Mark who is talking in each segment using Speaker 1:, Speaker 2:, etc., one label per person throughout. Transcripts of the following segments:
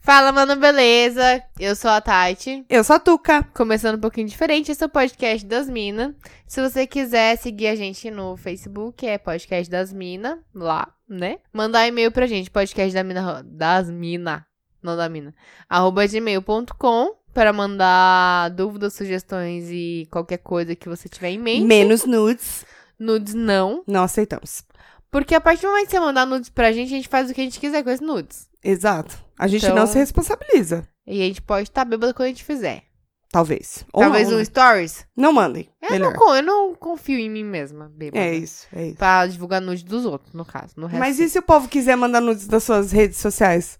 Speaker 1: Fala, mano, beleza? Eu sou a Tati.
Speaker 2: Eu sou a Tuca.
Speaker 1: Começando um pouquinho diferente, esse é o podcast das Minas. Se você quiser seguir a gente no Facebook, é Podcast das Minas, lá, né? Mandar e-mail pra gente, podcast da mina, das mina, não da mina, arroba gmail.com para mandar dúvidas, sugestões e qualquer coisa que você tiver em mente.
Speaker 2: Menos nudes.
Speaker 1: Nudes não,
Speaker 2: Não aceitamos.
Speaker 1: porque a partir do momento que você mandar nudes pra gente, a gente faz o que a gente quiser com esses nudes.
Speaker 2: Exato. A gente
Speaker 1: Então-
Speaker 2: não se responsabiliza.
Speaker 1: E a gente pode estar bêbado quando a gente fizer.
Speaker 2: Talvez. Ou
Speaker 1: Talvez
Speaker 2: não,
Speaker 1: um
Speaker 2: né?
Speaker 1: stories.
Speaker 2: Não mandem.
Speaker 1: Eu
Speaker 2: Melhor.
Speaker 1: não, con- eu não confio em mim mesma, bêbada.
Speaker 2: É isso, é isso.
Speaker 1: Pra divulgar nude dos outros, no caso. No resto. é
Speaker 2: Mas e se o povo quiser mandar nudes das suas redes sociais?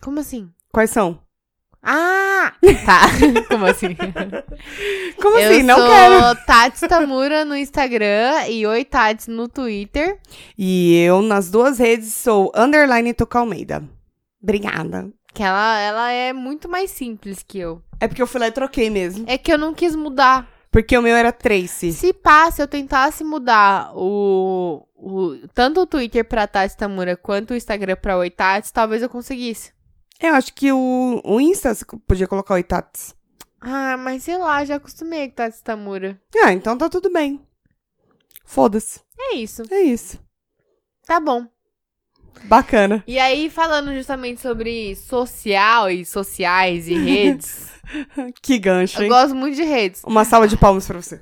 Speaker 1: Como assim?
Speaker 2: Quais são?
Speaker 1: Ah! Tá. Como assim?
Speaker 2: Como
Speaker 1: eu
Speaker 2: assim? Não
Speaker 1: sou
Speaker 2: quero.
Speaker 1: Tati Tamura no Instagram e Oi Tati no Twitter.
Speaker 2: E eu, nas duas redes, sou underline Tuca Almeida. Obrigada.
Speaker 1: Que ela, ela é muito mais simples que eu.
Speaker 2: É porque eu fui lá e troquei mesmo.
Speaker 1: É que eu não quis mudar.
Speaker 2: Porque o meu era Tracy.
Speaker 1: Se pá, se eu tentasse mudar o, o tanto o Twitter pra Tati Tamura quanto o Instagram pra Oi Tati, talvez eu conseguisse.
Speaker 2: Eu acho que o, o Insta você podia colocar o Itatis.
Speaker 1: Ah, mas sei lá, já acostumei com Tati Tamura.
Speaker 2: Ah, então tá tudo bem. Foda-se.
Speaker 1: É isso.
Speaker 2: É isso.
Speaker 1: Tá bom.
Speaker 2: Bacana.
Speaker 1: E aí, falando justamente sobre social e sociais e redes,
Speaker 2: Que gancho,
Speaker 1: eu
Speaker 2: hein?
Speaker 1: gosto muito de redes.
Speaker 2: Uma salva de palmas pra você.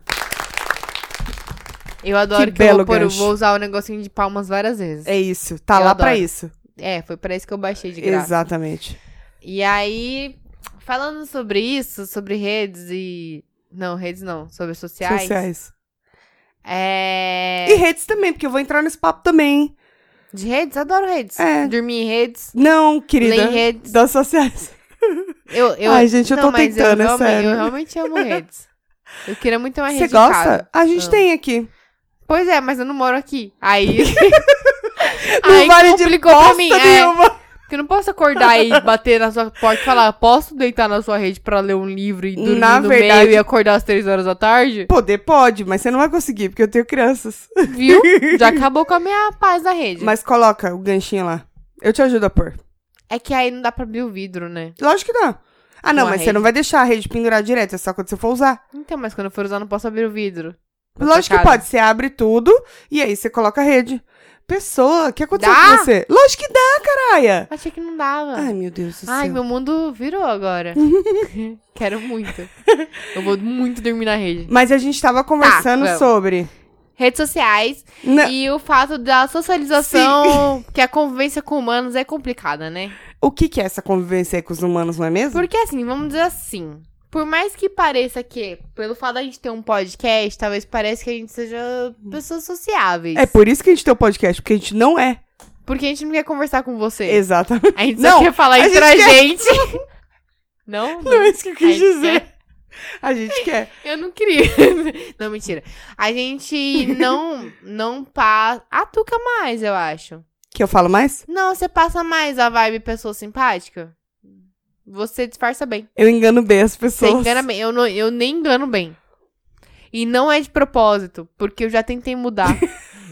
Speaker 1: Eu adoro que, eu
Speaker 2: belo
Speaker 1: vou, pôr-
Speaker 2: gancho.
Speaker 1: vou usar o negocinho de palmas várias vezes.
Speaker 2: É isso. Tá
Speaker 1: Eu
Speaker 2: lá
Speaker 1: adoro.
Speaker 2: pra isso.
Speaker 1: É, foi pra isso que eu baixei de graça.
Speaker 2: Exatamente.
Speaker 1: E aí, falando sobre isso, sobre redes e. Não, redes não, sobre sociais.
Speaker 2: Sociais.
Speaker 1: É.
Speaker 2: E redes também, porque eu vou entrar nesse papo também.
Speaker 1: De redes? Adoro redes.
Speaker 2: É.
Speaker 1: Dormir em redes.
Speaker 2: Não, querida.
Speaker 1: Ler em redes.
Speaker 2: Das sociais.
Speaker 1: Eu, eu...
Speaker 2: Ai, gente, eu
Speaker 1: não,
Speaker 2: tô
Speaker 1: mas
Speaker 2: tentando, é
Speaker 1: eu, realmente-
Speaker 2: sério.
Speaker 1: eu realmente amo redes. Eu queria muito ter uma
Speaker 2: Você
Speaker 1: é rede em
Speaker 2: gosta?
Speaker 1: casa. Ah.
Speaker 2: A gente
Speaker 1: Amo.
Speaker 2: tem aqui.
Speaker 1: Pois é, mas eu não moro aqui. Aí. assim,
Speaker 2: Não
Speaker 1: aí
Speaker 2: vale de
Speaker 1: complicou pra mim.
Speaker 2: Nossa,
Speaker 1: É,
Speaker 2: nenhuma.
Speaker 1: porque eu não posso acordar e bater na sua porta e falar, posso deitar na sua rede pra ler um livro e dormir
Speaker 2: Na
Speaker 1: no
Speaker 2: verdade-
Speaker 1: meio e acordar às três horas da tarde?
Speaker 2: Poder pode, mas você não vai conseguir, porque eu tenho crianças.
Speaker 1: Viu? Já acabou com a minha paz na rede.
Speaker 2: Mas coloca o ganchinho lá. Eu te ajudo a pôr.
Speaker 1: É que aí não dá pra abrir o vidro, né?
Speaker 2: Lógico que dá. Ah, não,
Speaker 1: Com a
Speaker 2: mas você
Speaker 1: rede.
Speaker 2: não vai deixar a rede pendurar direto, é só quando você for usar.
Speaker 1: Então, mas quando eu for usar, não posso abrir o vidro. Na
Speaker 2: Lógico
Speaker 1: sua
Speaker 2: que
Speaker 1: casa.
Speaker 2: pode. Você abre tudo e aí você coloca a rede. Pessoa, o que aconteceu
Speaker 1: Dá?
Speaker 2: com você? Lógico que dá, caralho.
Speaker 1: Achei que não dava.
Speaker 2: Ai, meu Deus do
Speaker 1: Ah. Ai,
Speaker 2: céu.
Speaker 1: meu mundo virou agora. Quero muito. Eu vou muito dormir na rede.
Speaker 2: Mas a gente tava conversando
Speaker 1: Tá, vamos.
Speaker 2: sobre.
Speaker 1: Redes sociais.
Speaker 2: Não,
Speaker 1: E o fato da socialização, que a convivência com humanos é complicada, né?
Speaker 2: O que, que é essa convivência aí com os humanos, não é mesmo?
Speaker 1: Porque assim, vamos dizer assim, por mais que pareça que, pelo fato da gente ter um podcast, talvez pareça que a gente seja pessoas sociáveis.
Speaker 2: É por isso que a gente tem o podcast, porque a gente não é.
Speaker 1: Porque a gente não quer conversar com você.
Speaker 2: Exatamente.
Speaker 1: A gente
Speaker 2: Não,
Speaker 1: só quer falar
Speaker 2: a
Speaker 1: entre a gente.
Speaker 2: gente
Speaker 1: Não?
Speaker 2: Não é isso que eu quis
Speaker 1: A gente
Speaker 2: dizer. A gente quer.
Speaker 1: Eu não queria. Não, mentira. A gente não, não passa... Atuca mais, eu acho.
Speaker 2: Que eu falo mais?
Speaker 1: Não, você passa mais a vibe pessoa simpática. Você disfarça bem.
Speaker 2: Eu engano bem as pessoas.
Speaker 1: Você engana bem. Eu, não- eu nem engano bem. E não é de propósito, porque eu já tentei mudar.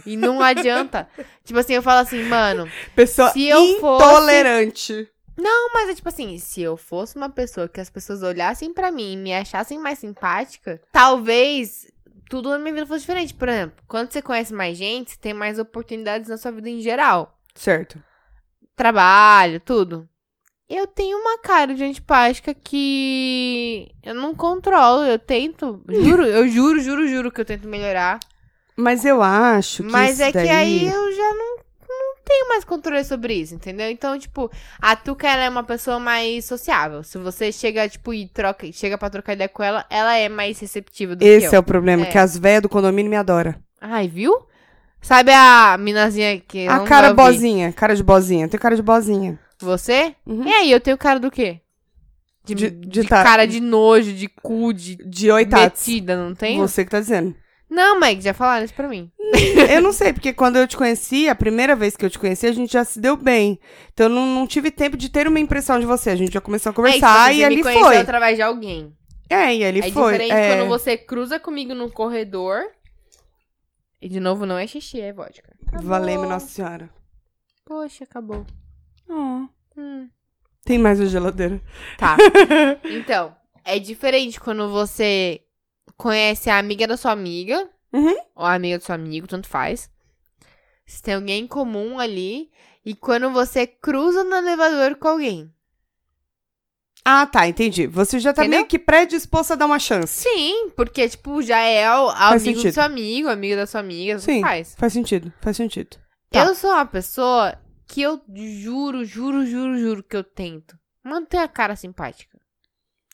Speaker 1: e não adianta. Tipo assim, eu falo assim, mano.
Speaker 2: Pessoa
Speaker 1: Se eu fosse-
Speaker 2: intolerante.
Speaker 1: Não, mas é tipo assim, se eu fosse uma pessoa que as pessoas olhassem pra mim e me achassem mais simpática, talvez tudo na minha vida fosse diferente. Por exemplo, quando você conhece mais gente, você tem mais oportunidades na sua vida em geral.
Speaker 2: Certo.
Speaker 1: trabalho, tudo. Eu tenho uma cara de antipática que eu não controlo, eu tento, juro, eu juro, juro, juro que eu tento melhorar.
Speaker 2: Mas eu acho que.
Speaker 1: Mas
Speaker 2: isso
Speaker 1: é que
Speaker 2: daí-
Speaker 1: aí eu já não, não tenho mais controle sobre isso, entendeu? Então, tipo, a Tuca ela é uma pessoa mais sociável. Se você chega, tipo, e troca, chega pra trocar ideia com ela, ela é mais receptiva do que eu.
Speaker 2: Esse é o
Speaker 1: É.
Speaker 2: problema, que as velhas do condomínio me adoram.
Speaker 1: Ai, viu? Sabe a minazinha que
Speaker 2: A
Speaker 1: não
Speaker 2: cara
Speaker 1: vai ouvir?
Speaker 2: bozinha, cara de bozinha. Tem cara de bozinha.
Speaker 1: Você?
Speaker 2: Uhum.
Speaker 1: E aí, eu tenho cara do quê? De,
Speaker 2: De- tá
Speaker 1: de
Speaker 2: de ta-
Speaker 1: cara de nojo, de cu, de
Speaker 2: De oitates.
Speaker 1: metida, não tenho?
Speaker 2: Você que tá dizendo.
Speaker 1: Não, Mike, já falaram isso pra mim.
Speaker 2: eu não sei, porque quando eu te conheci, a primeira vez que eu te conheci, a gente já se deu bem. Então eu não, não tive tempo de ter uma impressão de você. A gente já começou a conversar
Speaker 1: é, isso, você
Speaker 2: e
Speaker 1: me
Speaker 2: ali
Speaker 1: conheceu
Speaker 2: foi.
Speaker 1: através de alguém.
Speaker 2: É, e ali
Speaker 1: é
Speaker 2: foi.
Speaker 1: diferente
Speaker 2: é.
Speaker 1: quando você cruza comigo num corredor. E de novo, não é xixi, é vodka. Acabou.
Speaker 2: Valeu, Nossa Senhora.
Speaker 1: Poxa, acabou. Hum.
Speaker 2: Tem mais uma geladeira.
Speaker 1: Tá. Então, é diferente quando você conhece a amiga da sua amiga,
Speaker 2: Uhum.
Speaker 1: ou a amiga do seu amigo, tanto faz. Se tem alguém em comum ali, e quando você cruza no elevador com alguém.
Speaker 2: Ah, tá, entendi. Você já tá
Speaker 1: Entendeu?
Speaker 2: meio que predisposto a dar uma chance.
Speaker 1: Sim, porque, tipo, já é o
Speaker 2: Faz
Speaker 1: amigo
Speaker 2: sentido.
Speaker 1: do seu amigo, amigo da sua amiga, tanto
Speaker 2: Sim.
Speaker 1: faz.
Speaker 2: Faz sentido, faz sentido. Tá.
Speaker 1: Eu sou uma pessoa que eu juro, juro, juro, juro que eu tento. Manter a cara simpática.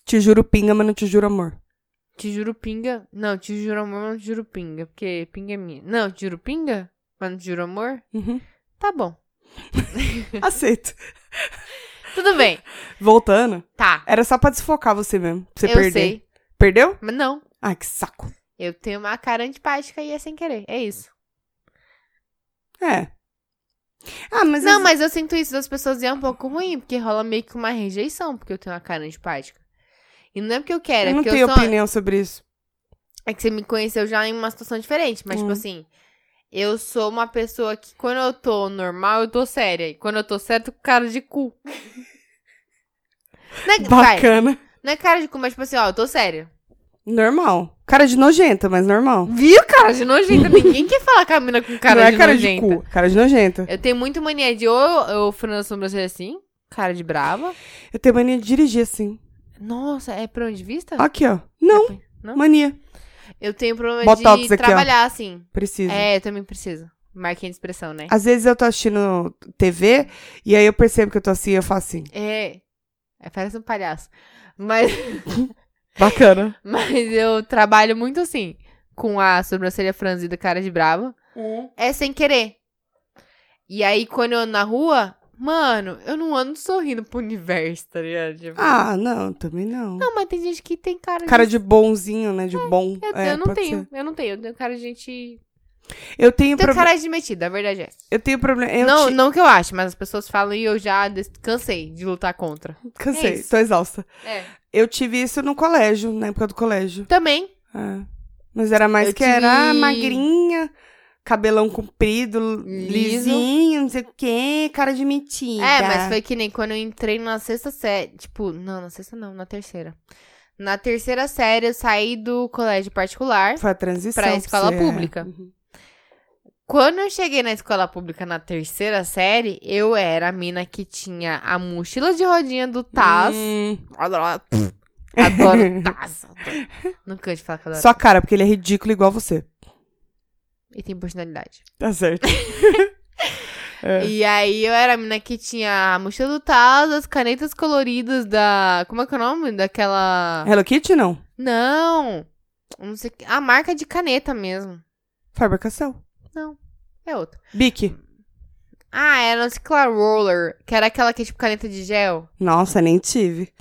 Speaker 2: Te juro pinga, mas não te juro amor.
Speaker 1: Te juro pinga. Não, te juro amor, mas não te juro pinga. Porque pinga é minha. Não, te juro pinga, mas não te juro amor.
Speaker 2: Uhum.
Speaker 1: Tá bom.
Speaker 2: Aceito.
Speaker 1: Tudo bem.
Speaker 2: Voltando,
Speaker 1: Tá.
Speaker 2: era só pra desfocar você mesmo. pra Você
Speaker 1: eu
Speaker 2: perder.
Speaker 1: sei.
Speaker 2: Perdeu?
Speaker 1: Mas não.
Speaker 2: Ai, que saco.
Speaker 1: Eu tenho uma cara antipática e é sem querer. É isso.
Speaker 2: É. Ah, mas.
Speaker 1: não,
Speaker 2: as-
Speaker 1: mas eu sinto isso das pessoas e é um pouco ruim, porque rola meio que uma rejeição, porque eu tenho uma cara antipática. E não é porque eu quero,
Speaker 2: eu
Speaker 1: é
Speaker 2: não
Speaker 1: porque
Speaker 2: tenho
Speaker 1: eu sou.
Speaker 2: opinião sobre isso.
Speaker 1: É que você me conheceu já em uma situação diferente, mas, tipo
Speaker 2: Hum.
Speaker 1: assim, eu sou uma pessoa que quando eu tô normal, eu tô séria. E quando eu tô séria, eu tô com cara de cu. Não é, vai,
Speaker 2: Bacana.
Speaker 1: não é cara de cu, mas, tipo assim, ó, eu tô séria.
Speaker 2: Normal. Cara de nojenta, mas normal.
Speaker 1: Viu, cara de nojenta? Ninguém quer falar com a mina com cara
Speaker 2: não
Speaker 1: de
Speaker 2: é cara
Speaker 1: nojenta.
Speaker 2: de cu, cara de nojenta.
Speaker 1: Eu tenho muito mania de ou eu, eu franzo a sobrancelha assim, cara de brava.
Speaker 2: Eu tenho mania de dirigir assim.
Speaker 1: Nossa, é pra onde vista?
Speaker 2: Aqui, ó. Não,
Speaker 1: Não?
Speaker 2: mania.
Speaker 1: Eu tenho um problema
Speaker 2: Botox
Speaker 1: de
Speaker 2: aqui, ó.
Speaker 1: trabalhar assim.
Speaker 2: Preciso.
Speaker 1: É, eu também preciso. Marquinha de expressão, né?
Speaker 2: Às vezes eu tô assistindo TV e aí eu percebo que eu tô assim e eu faço assim.
Speaker 1: É. é, Parece um palhaço. Mas,
Speaker 2: Bacana.
Speaker 1: mas eu trabalho muito assim, com a sobrancelha franzida, cara de brava. É sem querer. E aí, quando eu ando na rua, mano, eu não ando sorrindo pro universo, tá ligado? Tipo,
Speaker 2: Ah, não, também não.
Speaker 1: Não, mas tem gente que tem cara,
Speaker 2: Cara de bonzinho, né? De bom.
Speaker 1: de. Eu,
Speaker 2: É,
Speaker 1: eu não
Speaker 2: pode
Speaker 1: tenho,
Speaker 2: ser.
Speaker 1: eu não tenho. Eu tenho cara de gente.
Speaker 2: Eu tenho
Speaker 1: Eu tenho
Speaker 2: problema.
Speaker 1: cara de metida, a verdade é. essa.
Speaker 2: Eu tenho problema. Eu
Speaker 1: Não,
Speaker 2: te-
Speaker 1: não que eu acho, mas as pessoas falam e eu já des- cansei de lutar contra. é
Speaker 2: Cansei,
Speaker 1: isso.
Speaker 2: tô exausta.
Speaker 1: É.
Speaker 2: Eu tive isso no colégio, na época do colégio.
Speaker 1: Também.
Speaker 2: É. Mas era mais
Speaker 1: Eu
Speaker 2: que era "Ah,
Speaker 1: tive-
Speaker 2: magrinha, cabelão comprido,
Speaker 1: Liso.
Speaker 2: lisinho, não sei o quê, cara de mentira.
Speaker 1: É, mas foi que nem quando eu entrei na sexta série. Tipo, não, na sexta não, na terceira. Na terceira série, eu saí do colégio particular.
Speaker 2: Foi a transição.
Speaker 1: pra
Speaker 2: que
Speaker 1: escola
Speaker 2: você-
Speaker 1: pública.
Speaker 2: Uhum.
Speaker 1: Quando eu cheguei na escola pública na terceira série, eu era a mina que tinha a mochila de rodinha do Taz.
Speaker 2: Hum,
Speaker 1: Adoro, adoro Taz. adoro. Não canto de falar que eu adoro.
Speaker 2: só cara, porque ele é ridículo igual você.
Speaker 1: E tem personalidade.
Speaker 2: Tá certo. É.
Speaker 1: E aí eu era a mina que tinha a mochila do Taz, as canetas coloridas da. Como é que é o nome? Daquela.
Speaker 2: Hello Kitty, não.
Speaker 1: Não! Não sei o que- A marca é de caneta mesmo.
Speaker 2: Faber Castell.
Speaker 1: É outra.
Speaker 2: Bic.
Speaker 1: Ah, era a Cicla Roller, que era aquela que é tipo caneta de gel.
Speaker 2: Nossa, nem tive.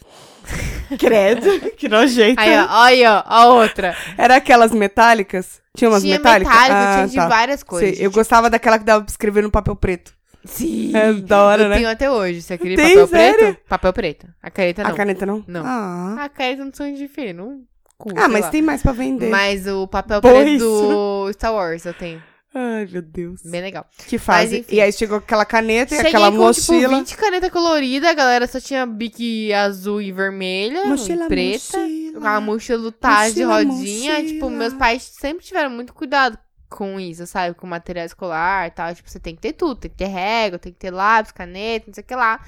Speaker 2: Credo, que nojento.
Speaker 1: Aí, ó, aí, ó, a outra.
Speaker 2: Era aquelas metálicas? Tinha umas
Speaker 1: tinha
Speaker 2: metálicas?
Speaker 1: metálico,
Speaker 2: Ah,
Speaker 1: tinha de
Speaker 2: tá.
Speaker 1: várias coisas.
Speaker 2: Sei, eu gostava daquela que dava pra escrever no papel preto.
Speaker 1: Sim.
Speaker 2: É da hora,
Speaker 1: eu
Speaker 2: né?
Speaker 1: tenho até hoje. Você queria
Speaker 2: Tem,
Speaker 1: papel
Speaker 2: sério?
Speaker 1: preto? Papel preto. A caneta não.
Speaker 2: A caneta não?
Speaker 1: Não.
Speaker 2: Ah,
Speaker 1: A caneta não sou de filho, não. cu, Tipo,
Speaker 2: Ah,
Speaker 1: sei
Speaker 2: mas
Speaker 1: lá.
Speaker 2: tem mais pra vender.
Speaker 1: Mas o papel
Speaker 2: Boa
Speaker 1: preto
Speaker 2: isso.
Speaker 1: do Star Wars eu tenho.
Speaker 2: Ai, meu Deus.
Speaker 1: Bem legal.
Speaker 2: Que fase.
Speaker 1: enfim.
Speaker 2: E aí chegou aquela caneta e
Speaker 1: Cheguei
Speaker 2: aquela
Speaker 1: com, tipo,
Speaker 2: mochila.
Speaker 1: 20 caneta colorida, a galera só tinha bique azul e vermelha, e preta.
Speaker 2: mochila.
Speaker 1: A mochila do Taz de
Speaker 2: Né? Mochila,
Speaker 1: rodinha. Tipo,
Speaker 2: mochila.
Speaker 1: meus pais sempre tiveram muito cuidado com isso, sabe? Com material escolar e tal. Tipo, você tem que ter tudo. Tem que ter régua, tem que ter lápis, caneta, não sei o que lá.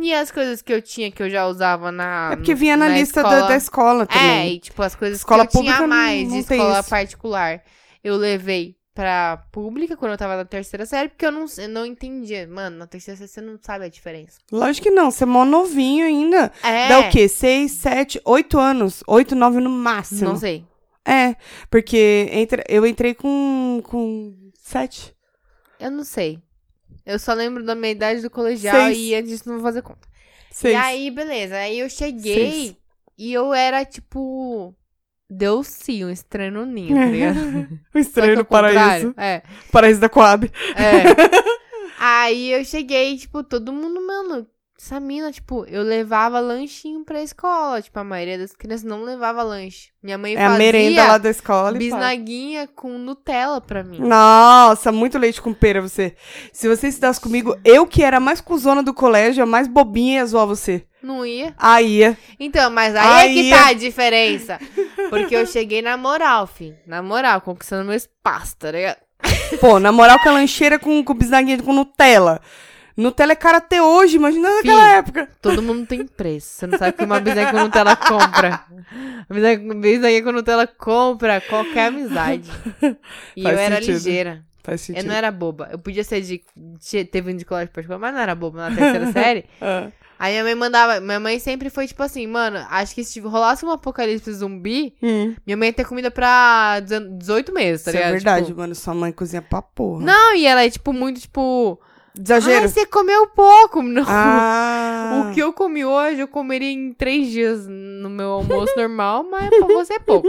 Speaker 1: E as coisas que eu tinha, que eu já usava Ah, na.
Speaker 2: É porque vinha na, lista da-
Speaker 1: escola.
Speaker 2: da escola
Speaker 1: É,
Speaker 2: também.
Speaker 1: e tipo, as coisas
Speaker 2: Escola
Speaker 1: que eu tinha
Speaker 2: pública
Speaker 1: a mais
Speaker 2: não-
Speaker 1: de
Speaker 2: não tem
Speaker 1: escola
Speaker 2: isso.
Speaker 1: particular. Eu levei pra pública quando eu tava na terceira série, porque eu não, eu não entendia. Mano, na terceira série você não sabe a diferença.
Speaker 2: Lógico que não, você é mó novinho ainda.
Speaker 1: É.
Speaker 2: Dá o quê? Seis, sete, oito anos. Oito, nove no máximo.
Speaker 1: Não sei.
Speaker 2: É, porque entra, eu entrei com, com sete.
Speaker 1: Eu não sei. Eu só lembro da minha idade do colegial
Speaker 2: Seis.
Speaker 1: e antes disso não vou fazer conta.
Speaker 2: Seis.
Speaker 1: E aí, beleza. Aí eu cheguei
Speaker 2: Seis.
Speaker 1: e eu era tipo. Deus sim, um estranho no ninho, tá ligado?
Speaker 2: o
Speaker 1: Só que
Speaker 2: Um estranho
Speaker 1: ao
Speaker 2: do paraíso.
Speaker 1: contrário. É.
Speaker 2: Paraíso da Coab.
Speaker 1: É. aí eu cheguei, tipo, todo mundo, mano, Essa mina, tipo, eu levava lanchinho pra escola. Tipo, a maioria das crianças não levava lanche. Minha mãe
Speaker 2: É
Speaker 1: fazia
Speaker 2: a merenda lá da escola. e pá.
Speaker 1: bisnaguinha com Nutella pra mim.
Speaker 2: Nossa, muito leite com pera você. Se você estudasse comigo, eu que era a mais cuzona do colégio, a mais bobinha ia zoar você.
Speaker 1: Não ia.
Speaker 2: Aí é. ia.
Speaker 1: Então, mas aí, é
Speaker 2: Aí
Speaker 1: que tá a diferença. Porque eu cheguei na moral, fi. Na moral, conquistando meu espaço, tá ligado?
Speaker 2: Pô, na moral com a lancheira com, com bisnaguinha com Nutella. Nutella é cara até hoje, imagina naquela
Speaker 1: Fih.
Speaker 2: época.
Speaker 1: Todo mundo tem preço. Você não sabe o que uma bisnaguinha com Nutella compra. A bisnaguinha- bisnaguinha com Nutella compra qualquer amizade. E
Speaker 2: Faz
Speaker 1: eu era
Speaker 2: sentido.
Speaker 1: ligeira.
Speaker 2: Faz
Speaker 1: Eu
Speaker 2: sentido.
Speaker 1: É, não era boba. Eu podia ser de. de- ter vindo de colégio particular, mas não era boba na terceira série.
Speaker 2: Ah.
Speaker 1: Aí minha mãe mandava. Minha mãe sempre foi tipo assim, mano, acho que se rolasse um apocalipse zumbi,
Speaker 2: Hum.
Speaker 1: minha mãe ia ter comida pra dezen- 18 meses, tá
Speaker 2: Isso
Speaker 1: ligado?
Speaker 2: é verdade,
Speaker 1: Tipo,
Speaker 2: mano. Sua mãe cozinha pra porra.
Speaker 1: não, e ela é tipo muito tipo. Ai,
Speaker 2: Exagero.
Speaker 1: você comeu pouco. Não.
Speaker 2: Ah,
Speaker 1: O que eu comi hoje, eu comeria em três dias no meu almoço normal, mas pra você é pouco.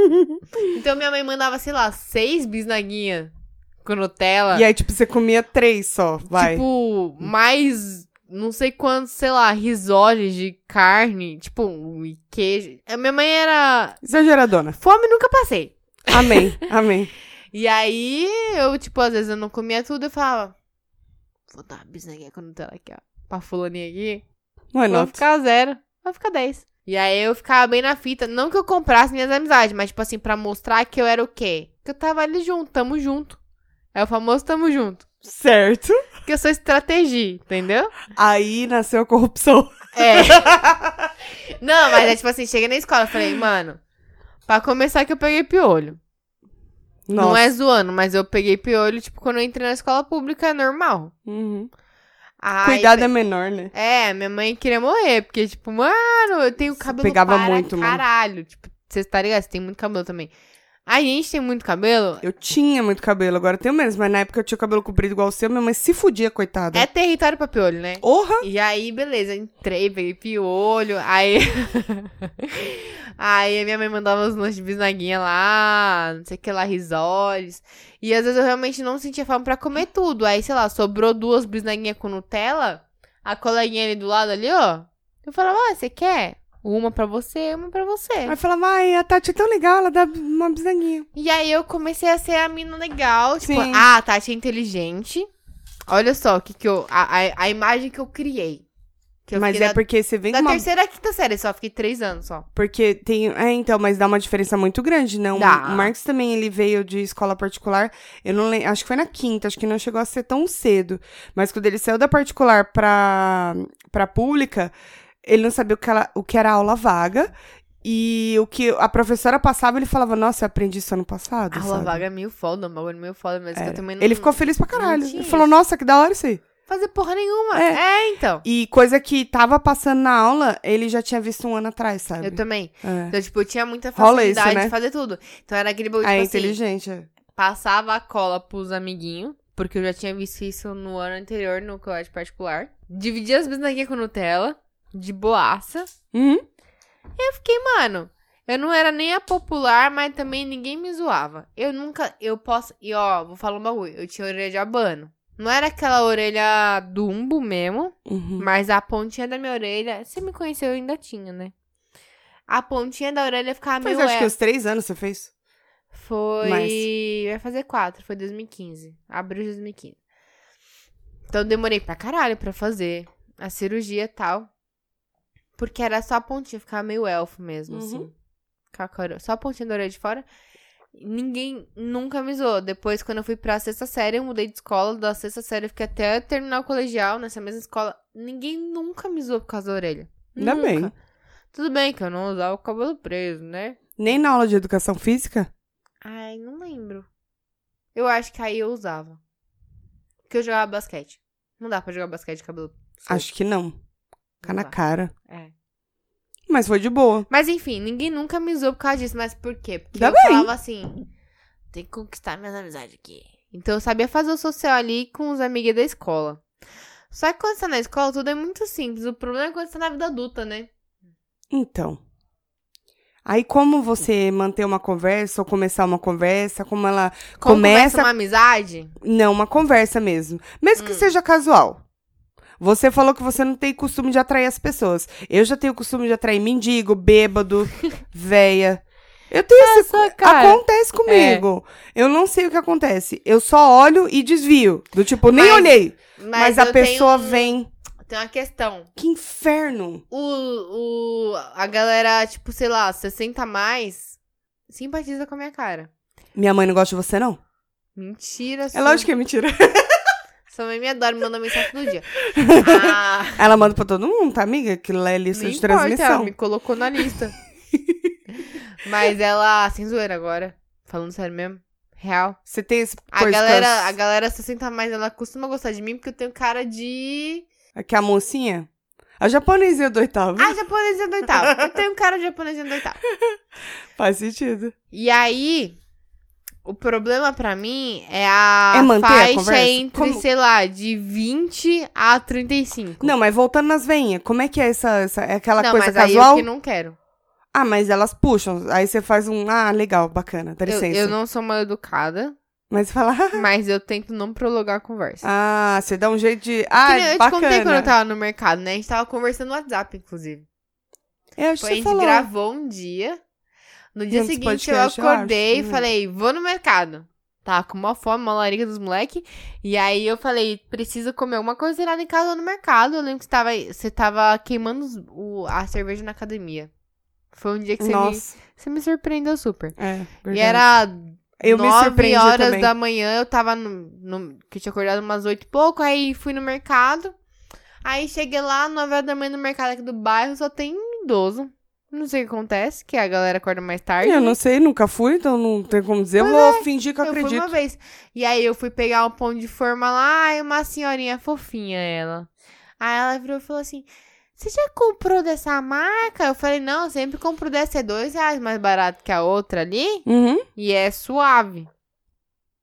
Speaker 1: Então minha mãe mandava, sei lá, seis bisnaguinhas com Nutella.
Speaker 2: E aí, tipo, você comia três só, vai.
Speaker 1: Tipo, mais não sei quantos, sei lá, risoles de carne, tipo, e queijo. A minha mãe era.
Speaker 2: Exageradona.
Speaker 1: Fome nunca passei.
Speaker 2: Amém, amém.
Speaker 1: E aí, eu, tipo, às vezes eu não comia tudo, eu falava. Vou dar uma bisnaguinha com Nutella aqui, ó. Pra fulaninha aqui.
Speaker 2: Não é
Speaker 1: Vai
Speaker 2: nota.
Speaker 1: ficar zero. Vai ficar 10. E aí eu ficava bem na fita. Não que eu comprasse minhas amizades, mas, tipo assim, pra mostrar que eu era o quê? Que eu tava ali junto, tamo junto. É o famoso tamo junto.
Speaker 2: Certo.
Speaker 1: Que eu sou estratégia, entendeu?
Speaker 2: Aí nasceu a corrupção.
Speaker 1: É. Não, mas é tipo assim, cheguei na escola, eu falei, mano, pra começar que eu peguei piolho.
Speaker 2: Nossa.
Speaker 1: Não é zoando, mas eu peguei piolho, tipo, quando eu entrei na escola pública, é normal.
Speaker 2: Uhum.
Speaker 1: Aí,
Speaker 2: Cuidado é menor, né?
Speaker 1: É, minha mãe queria morrer, porque, tipo, mano, eu tenho cabelo
Speaker 2: pegava
Speaker 1: para
Speaker 2: muito, mano.
Speaker 1: caralho. Tipo, você tá ligado? Você tem muito cabelo também. A gente tem muito cabelo,
Speaker 2: Eu tinha muito cabelo, agora eu tenho menos, mas na época eu tinha o cabelo comprido igual o seu, minha mãe se fudia, coitada.
Speaker 1: é território pra piolho, né?
Speaker 2: Porra!
Speaker 1: E aí, beleza, entrei, peguei piolho, aí. aí a minha mãe mandava os lanches de bisnaguinha lá, não sei o que lá, risoles. E às vezes eu realmente não sentia fome pra comer tudo. Aí, sei lá, sobrou duas bisnaguinhas com Nutella, a coleguinha ali do lado ali, ó. Eu falava, ó, você quer? Uma pra você, uma pra você.
Speaker 2: Aí falava, ai, a Tati é tão legal, ela dá uma bisanguinha.
Speaker 1: E aí eu comecei a ser a mina legal. Tipo,
Speaker 2: Sim.
Speaker 1: ah, tá, achei inteligente. Olha só o que que eu... A, a, a imagem que eu criei. Que eu
Speaker 2: Mas
Speaker 1: fiquei
Speaker 2: é
Speaker 1: na-
Speaker 2: porque você vem
Speaker 1: da
Speaker 2: com uma...
Speaker 1: terceira à quinta série, só fiquei três anos só.
Speaker 2: Porque tem... É, então, mas dá uma diferença muito grande, né? O
Speaker 1: Dá.
Speaker 2: Marx também, ele veio de escola particular, eu não lembro, acho que foi na quinta, acho que não chegou a ser tão cedo. Mas quando ele saiu da particular pra, pra pública, ele não sabia o que, ela- o que era aula vaga, e o que a professora passava, ele falava, nossa, eu aprendi isso ano passado,
Speaker 1: A aula
Speaker 2: sabe?
Speaker 1: vaga é meio foda, um bagulho meio foda, mas que eu
Speaker 2: Era.
Speaker 1: também não.
Speaker 2: É. Ele ficou feliz pra caralho.
Speaker 1: tinha
Speaker 2: Ele falou,
Speaker 1: isso.
Speaker 2: nossa, que da hora isso aí.
Speaker 1: Fazer porra nenhuma. É,
Speaker 2: É.
Speaker 1: então.
Speaker 2: E coisa que tava passando na aula, ele já tinha visto um ano atrás, sabe?
Speaker 1: Eu também.
Speaker 2: É.
Speaker 1: Então, tipo, eu tinha muita
Speaker 2: Rola
Speaker 1: facilidade
Speaker 2: isso, né?
Speaker 1: de fazer tudo. Então era aquele bagulho,
Speaker 2: Ah, é
Speaker 1: tipo assim,
Speaker 2: inteligente. é.
Speaker 1: passava a cola pros amiguinhos, porque eu já tinha visto isso no ano anterior no colégio particular. Dividia as bisnaguinhas com Nutella, de boaça.
Speaker 2: Uhum.
Speaker 1: Mano, eu não era nem a popular, mas também ninguém me zoava. Eu nunca, eu posso, e ó, vou falar um bagulho, eu tinha orelha de abano. Não era aquela orelha do umbo mesmo,
Speaker 2: Uhum.
Speaker 1: mas a pontinha da minha orelha, você me conheceu, eu ainda tinha, né? A pontinha da orelha ficava
Speaker 2: Mas
Speaker 1: meio...
Speaker 2: acho
Speaker 1: é-
Speaker 2: que os três anos você fez.
Speaker 1: Foi...
Speaker 2: Mas-
Speaker 1: Vai fazer quatro, foi 2015, abril de 2015. Então eu demorei pra caralho pra fazer a cirurgia e tal. Porque era só a pontinha, ficava meio elfo mesmo,
Speaker 2: Uhum.
Speaker 1: assim. Ficava com a ore- só a pontinha da orelha de fora. Ninguém nunca me zoou. Depois, quando eu fui pra sexta série, eu mudei de escola. Da sexta série, eu fiquei até terminar o colegial nessa mesma escola. Ninguém nunca me zoou por causa da orelha.
Speaker 2: Ainda
Speaker 1: nunca.
Speaker 2: bem.
Speaker 1: Tudo bem que eu não usava o cabelo preso, né?
Speaker 2: Nem na aula de educação física?
Speaker 1: Ai, não lembro. Eu acho que aí eu usava. Porque eu jogava basquete. Não dá pra jogar basquete de cabelo. solto.
Speaker 2: Acho que não. Fica
Speaker 1: Não
Speaker 2: na
Speaker 1: dá.
Speaker 2: cara.
Speaker 1: É.
Speaker 2: Mas foi de boa.
Speaker 1: Mas enfim, ninguém nunca me usou por causa disso. Mas por quê? Porque
Speaker 2: Ainda
Speaker 1: eu
Speaker 2: bem.
Speaker 1: falava assim: tem que conquistar minhas amizades aqui. Então eu sabia fazer o social ali com os amigos da escola. Só que quando você tá na escola, tudo é muito simples. O problema é quando você tá na vida adulta, né?
Speaker 2: Então. Aí como você manter uma conversa ou começar uma conversa, como ela
Speaker 1: Como
Speaker 2: começa
Speaker 1: uma Hum. amizade.
Speaker 2: Não, uma conversa mesmo. Mesmo que seja casual. Você falou que você não tem costume de atrair as pessoas. Eu já tenho costume de atrair mendigo, bêbado, véia. Eu tenho
Speaker 1: É
Speaker 2: esse.
Speaker 1: só, cara. é.
Speaker 2: acontece comigo. Eu não sei o que acontece. Eu só olho e desvio. Do tipo, nem
Speaker 1: Mas-
Speaker 2: olhei. Mas, a
Speaker 1: eu tenho
Speaker 2: pessoa
Speaker 1: um-
Speaker 2: vem.
Speaker 1: Tem uma questão.
Speaker 2: Que inferno.
Speaker 1: O, o, a galera, tipo, sei lá, 60 a mais, simpatiza com a minha cara.
Speaker 2: Minha mãe não gosta de você, não?
Speaker 1: Mentira,
Speaker 2: É
Speaker 1: sua-
Speaker 2: lógico que é mentira.
Speaker 1: Sua mãe me adora, me manda mensagem todo dia. Ah,
Speaker 2: Ela manda pra todo mundo, tá, amiga? Aquilo lá é lista
Speaker 1: não
Speaker 2: de
Speaker 1: importa, ela
Speaker 2: transmissão.
Speaker 1: me colocou na lista. Mas ela, sem zoeira agora, falando sério mesmo, real.
Speaker 2: Você tem esse
Speaker 1: A
Speaker 2: coisa
Speaker 1: galera,
Speaker 2: com as-
Speaker 1: a galera 60 a mais, ela costuma gostar de mim porque eu tenho cara de...
Speaker 2: Aqui é a mocinha? A japonesinha do oitavo.
Speaker 1: Ah, japonesinha do oitavo. Eu tenho cara de japonesinha do oitavo.
Speaker 2: Faz sentido.
Speaker 1: E aí, o problema pra mim é a
Speaker 2: É manter a
Speaker 1: faixa
Speaker 2: conversa?
Speaker 1: entre,
Speaker 2: Como-
Speaker 1: sei lá, de 20 a 35.
Speaker 2: Não, mas voltando nas veinhas, como é que é essa. essa é aquela
Speaker 1: Não,
Speaker 2: coisa
Speaker 1: mas aí eu
Speaker 2: casual?
Speaker 1: que não quero.
Speaker 2: Ah, mas elas puxam. Aí você faz um. Ah, legal, bacana, dá
Speaker 1: Eu,
Speaker 2: licença. Ah.
Speaker 1: eu não sou mal educada,
Speaker 2: Mas fala.
Speaker 1: mas eu tento não prolongar a conversa.
Speaker 2: Ah, você dá um jeito de. Ah,
Speaker 1: Que nem eu te
Speaker 2: bacana.
Speaker 1: contei quando eu tava no mercado, né? A gente tava conversando no WhatsApp, inclusive.
Speaker 2: É, acho
Speaker 1: Foi, a
Speaker 2: que você
Speaker 1: gente
Speaker 2: falou.
Speaker 1: gravou um dia. No dia
Speaker 2: Nesse
Speaker 1: seguinte
Speaker 2: podcast, eu
Speaker 1: eu acordei
Speaker 2: acho,
Speaker 1: e
Speaker 2: né?
Speaker 1: falei, vou no mercado. Tava com uma fome, uma larica dos moleque. E aí eu falei, preciso comer alguma coisa irada em casa ou no mercado. Eu lembro que você tava, você tava queimando os- o- a cerveja na academia. Foi um dia que você, me,
Speaker 2: Nossa.
Speaker 1: você me surpreendeu super.
Speaker 2: É, verdade.
Speaker 1: E era
Speaker 2: Eu me
Speaker 1: nove
Speaker 2: surpreendi
Speaker 1: horas
Speaker 2: também.
Speaker 1: da manhã, eu tava no, no- que eu tinha acordado umas oito e pouco, aí fui no mercado. Aí cheguei lá, nove horas da manhã no mercado aqui do bairro, só tem um idoso. Não sei o que acontece, que a galera acorda mais tarde.
Speaker 2: Eu não sei, nunca fui, então não tem como dizer. Eu vou fingir que eu,
Speaker 1: é. Eu fui
Speaker 2: acredito.
Speaker 1: uma vez. E aí eu fui pegar um pão de forma lá, e uma senhorinha fofinha ela. Aí ela virou e falou assim: Você já comprou dessa marca? Eu falei: Não, eu sempre compro dessa, é dois reais mais barato que a outra ali.
Speaker 2: Uhum.
Speaker 1: E é suave.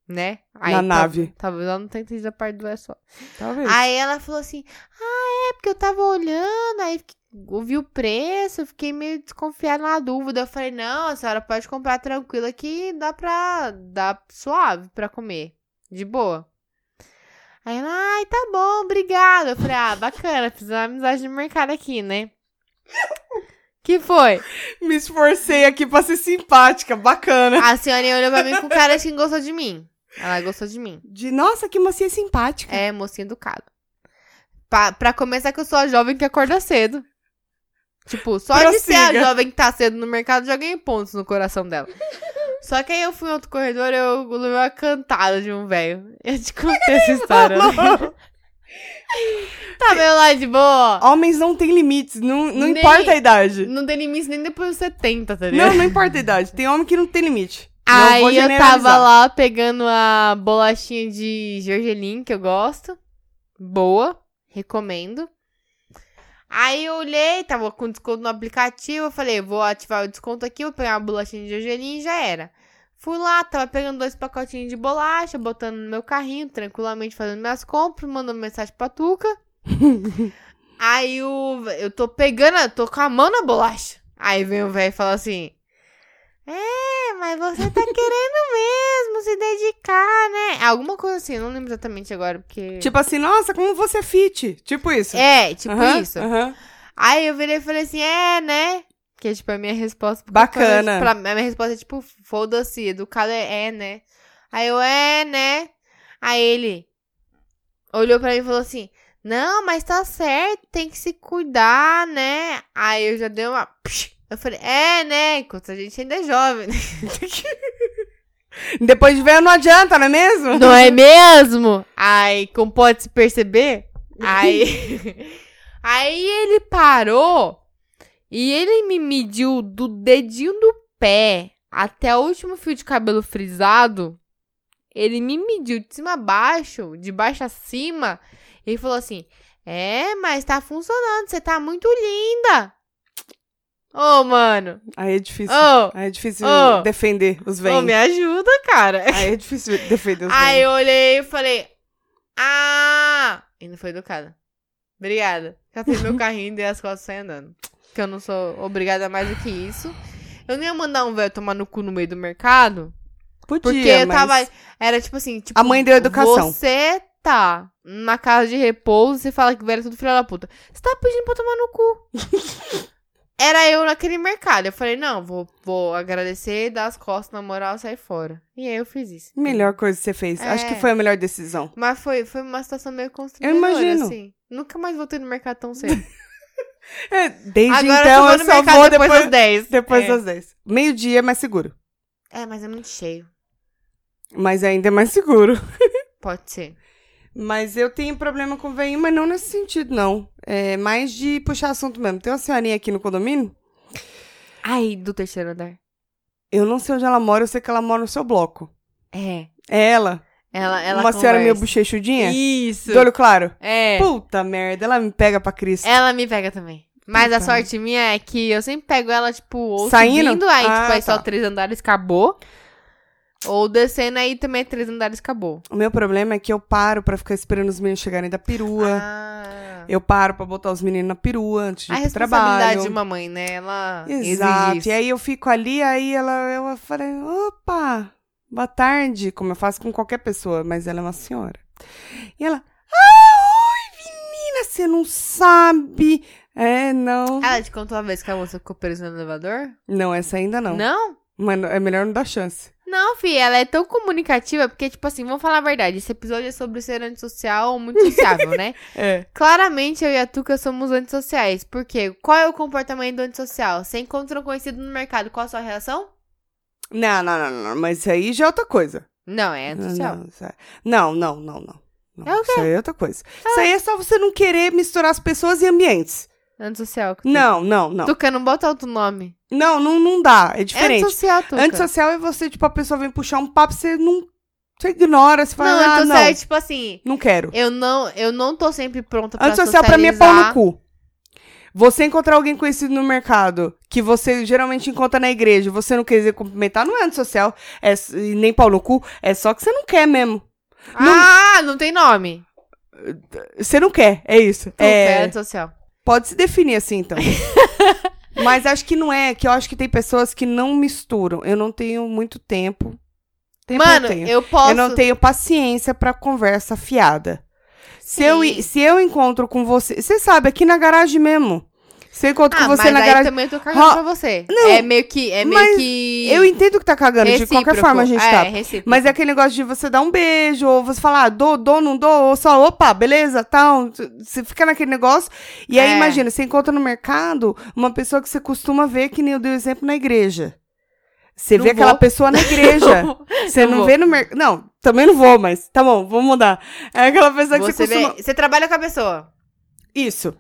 Speaker 1: Né?
Speaker 2: Na
Speaker 1: tal-
Speaker 2: nave.
Speaker 1: Talvez ela não tenha entendido a parte do é suave.
Speaker 2: Talvez.
Speaker 1: Aí ela falou assim: Ah, é, porque eu tava olhando, aí fiquei- ouvi o preço, eu fiquei meio desconfiada na dúvida. Eu falei: Não, a senhora pode comprar tranquila que dá pra. dá suave pra comer. De boa. Aí ela, ai, tá bom, obrigada. Eu falei, ah, bacana, fiz uma amizade de mercado aqui, né? Que foi?
Speaker 2: Me esforcei aqui pra ser simpática, bacana.
Speaker 1: A senhora olhou pra mim com cara de quem gostou de mim. Ela gostou de mim.
Speaker 2: De nossa, que mocinha simpática.
Speaker 1: É, mocinha educada. Pra, pra começar que eu sou a jovem que acorda cedo. Tipo, só de ser a
Speaker 2: Prossiga.
Speaker 1: jovem que tá cedo no mercado, já ganhei pontos no coração dela. Só que aí eu fui em outro corredor, eu levei uma cantada é de um velho. Eu te contei essa história. né? Tava eu lá de boa.
Speaker 2: Homens não têm limites, não, não
Speaker 1: Nem-
Speaker 2: importa a idade.
Speaker 1: Não tem limite nem depois dos 70, tá ligado?
Speaker 2: Não, não importa a idade. Tem homem que não tem limite. não vou
Speaker 1: Aí eu tava
Speaker 2: generalizar.
Speaker 1: lá pegando a bolachinha de gergelim, que eu gosto. Boa, recomendo. Aí eu olhei, tava com desconto no aplicativo. Eu falei, vou ativar o desconto aqui, vou pegar uma bolachinha de gergelim e já era. Fui lá, tava pegando dois pacotinhos de bolacha, botando no meu carrinho, tranquilamente fazendo minhas compras, mandando mensagem pra Tuca. Aí o, eu tô pegando, eu tô com a mão na bolacha. Aí vem o velho e fala assim: É, mas você tá querendo mesmo se dedicar, né? Alguma coisa assim, eu não lembro exatamente agora, porque.
Speaker 2: Tipo assim, nossa, como você é fit. Tipo isso.
Speaker 1: é, tipo
Speaker 2: Aham,
Speaker 1: isso.
Speaker 2: aham.
Speaker 1: Aí eu virei e falei assim: É, né? Que é tipo a minha resposta. porque
Speaker 2: Bacana.
Speaker 1: Pra, a minha resposta é tipo: Foda-se, educado é, é, né? Aí eu, é, né? Aí ele olhou pra mim e falou assim: Não, mas tá certo, tem que se cuidar, né? Aí eu já dei uma. psh. Eu falei: É, né? Enquanto a gente ainda é jovem. né?"
Speaker 2: Depois de ver, não adianta, não é mesmo?
Speaker 1: Não é mesmo? Aí, como pode se perceber? Aí. aí ele parou e ele me mediu do dedinho do pé até o último fio de cabelo frisado. Ele me mediu de cima a baixo, de baixo a cima, e falou assim: É, mas tá funcionando, você tá muito linda. Ô, mano.
Speaker 2: Aí é difícil.
Speaker 1: Ô,
Speaker 2: Aí é difícil
Speaker 1: Oh.
Speaker 2: defender os
Speaker 1: ô,
Speaker 2: vem.
Speaker 1: me ajuda, cara.
Speaker 2: Aí é difícil defender os
Speaker 1: Aí
Speaker 2: vem.
Speaker 1: eu olhei e falei, ah! E não foi educada. Obrigada. Catei meu carrinho e dei as costas e saí andando. Porque eu não sou obrigada a mais do que isso. Eu não ia mandar um velho tomar no cu no meio do mercado.
Speaker 2: Podia,
Speaker 1: Porque eu
Speaker 2: mas...
Speaker 1: tava. Era tipo assim, tipo.
Speaker 2: A mãe deu educação.
Speaker 1: Você tá na casa de repouso, você fala que velho é tudo filha da puta. Você tá pedindo pra tomar no cu. Era eu naquele mercado. Eu falei, não, vou, vou agradecer, dar as costas na moral e sair fora. E aí eu fiz isso.
Speaker 2: Melhor coisa que você fez.
Speaker 1: É.
Speaker 2: Acho que foi a melhor decisão.
Speaker 1: Mas foi, foi uma situação meio constrangedora,
Speaker 2: imagino.
Speaker 1: assim. Nunca mais voltei no mercado tão cedo.
Speaker 2: É, desde
Speaker 1: Agora
Speaker 2: então
Speaker 1: eu,
Speaker 2: eu
Speaker 1: vou no
Speaker 2: só
Speaker 1: mercado
Speaker 2: vou
Speaker 1: depois,
Speaker 2: depois,
Speaker 1: das 10.
Speaker 2: depois
Speaker 1: é.
Speaker 2: das 10. Meio-dia é mais seguro.
Speaker 1: É, mas é muito cheio.
Speaker 2: Mas ainda é mais seguro.
Speaker 1: Pode ser.
Speaker 2: Mas eu tenho problema com veinho, mas não nesse sentido, não. É mais de puxar assunto mesmo. Tem uma senhorinha aqui no condomínio,
Speaker 1: Ai, do terceiro andar.
Speaker 2: eu não sei onde ela mora, eu sei que ela mora no seu bloco.
Speaker 1: É.
Speaker 2: É ela?
Speaker 1: Ela, ela
Speaker 2: uma senhora meio
Speaker 1: conversa.
Speaker 2: bochechudinha?
Speaker 1: Isso.
Speaker 2: Do olho claro?
Speaker 1: É.
Speaker 2: Puta merda, ela me pega pra Cristo.
Speaker 1: Ela me pega também. Mas a
Speaker 2: Puta.
Speaker 1: sorte minha é que eu sempre pego ela, tipo, ou
Speaker 2: Saindo?
Speaker 1: subindo, aí,
Speaker 2: Ah,
Speaker 1: tipo, aí só
Speaker 2: tá.
Speaker 1: três andares acabou. Ou descendo, aí também é três andares acabou.
Speaker 2: O meu problema é que eu paro pra ficar esperando os meninos chegarem da perua.
Speaker 1: Ah.
Speaker 2: Eu paro pra botar os meninos na perua antes tipo de
Speaker 1: a
Speaker 2: ir pro
Speaker 1: responsabilidade
Speaker 2: trabalho.
Speaker 1: de uma mãe, né? Ela
Speaker 2: Exato.
Speaker 1: exige
Speaker 2: E é
Speaker 1: isso.
Speaker 2: aí eu fico ali, aí ela eu falei, opa, boa tarde, como eu faço com qualquer pessoa, mas ela é uma senhora. E ela, ah, oi, menina, você não sabe. É, não.
Speaker 1: Ela te contou uma vez que a moça ficou presa no elevador?
Speaker 2: Não, essa ainda não.
Speaker 1: Não?
Speaker 2: Mas é melhor não dar chance.
Speaker 1: Não, fi, ela é tão comunicativa, porque, tipo assim, vamos falar a verdade, esse episódio é sobre ser antissocial ou muito sociável, né?
Speaker 2: É.
Speaker 1: Claramente, eu e a Tuca somos antissociais, porque qual é o comportamento do antissocial? Você encontra um conhecido no mercado, qual a sua reação?
Speaker 2: Não, não, não, não, mas isso aí já é outra coisa.
Speaker 1: Não, é
Speaker 2: Não,
Speaker 1: antissocial.
Speaker 2: não, isso aí- não, não, não, não. Não,
Speaker 1: É o quê?
Speaker 2: Isso aí é outra coisa. Isso aí é só você não querer misturar as pessoas e ambientes.
Speaker 1: Antissocial. Tuca.
Speaker 2: Não, não, não.
Speaker 1: Tuca, não bota outro nome.
Speaker 2: Não, não, não dá. É
Speaker 1: É
Speaker 2: diferente.
Speaker 1: antissocial, Tuca.
Speaker 2: Antissocial é você, tipo, a pessoa vem puxar um papo, você não. Você ignora, você fala,
Speaker 1: Não,
Speaker 2: ah, não,
Speaker 1: antissocial é tipo assim,
Speaker 2: não quero.
Speaker 1: eu não, eu não tô sempre pronta pra
Speaker 2: Antissocial pra mim é pau no cu. Você encontrar alguém conhecido no mercado, que você geralmente encontra na igreja, você não quer dizer cumprimentar, não é antissocial, é, s- e nem pau no cu, é só que você não quer mesmo.
Speaker 1: Ah, não tem nome.
Speaker 2: Você não quer, é isso.
Speaker 1: Tuca, é,
Speaker 2: é,
Speaker 1: antissocial.
Speaker 2: Pode se definir assim, então. Mas acho que não é, que eu acho que tem pessoas que não misturam. Eu não tenho muito tempo. Tempo
Speaker 1: Mano,
Speaker 2: eu tenho.
Speaker 1: eu posso...
Speaker 2: Eu não tenho paciência pra conversa fiada. Se
Speaker 1: Sim.
Speaker 2: eu, i- se eu encontro com você. Você sabe, aqui na garagem mesmo. Se eu encontro
Speaker 1: Ah,
Speaker 2: com você
Speaker 1: mas
Speaker 2: na
Speaker 1: aí
Speaker 2: garagem.
Speaker 1: também eu tô cagando
Speaker 2: Ro-
Speaker 1: pra você.
Speaker 2: Não,
Speaker 1: é meio que. É meio
Speaker 2: mas
Speaker 1: que.
Speaker 2: Eu entendo que tá cagando, de qualquer
Speaker 1: recíproco.
Speaker 2: forma a gente
Speaker 1: é,
Speaker 2: tá.
Speaker 1: recíproco.
Speaker 2: Mas é aquele negócio de você dar um beijo, ou você falar, ah, dou, dou, não dou, ou só, opa, beleza, tal. Você fica naquele negócio. E aí,
Speaker 1: É.
Speaker 2: imagina, você encontra no mercado uma pessoa que você costuma ver, que nem eu dei o exemplo na igreja. Você
Speaker 1: Não
Speaker 2: vê aquela
Speaker 1: vou.
Speaker 2: pessoa na igreja. Você
Speaker 1: Não
Speaker 2: não,
Speaker 1: vou.
Speaker 2: vê no mercado. Não, também não vou, mas tá bom, vamos mudar. É aquela pessoa que você,
Speaker 1: você, vê-
Speaker 2: costuma.
Speaker 1: você trabalha com a pessoa.
Speaker 2: Isso.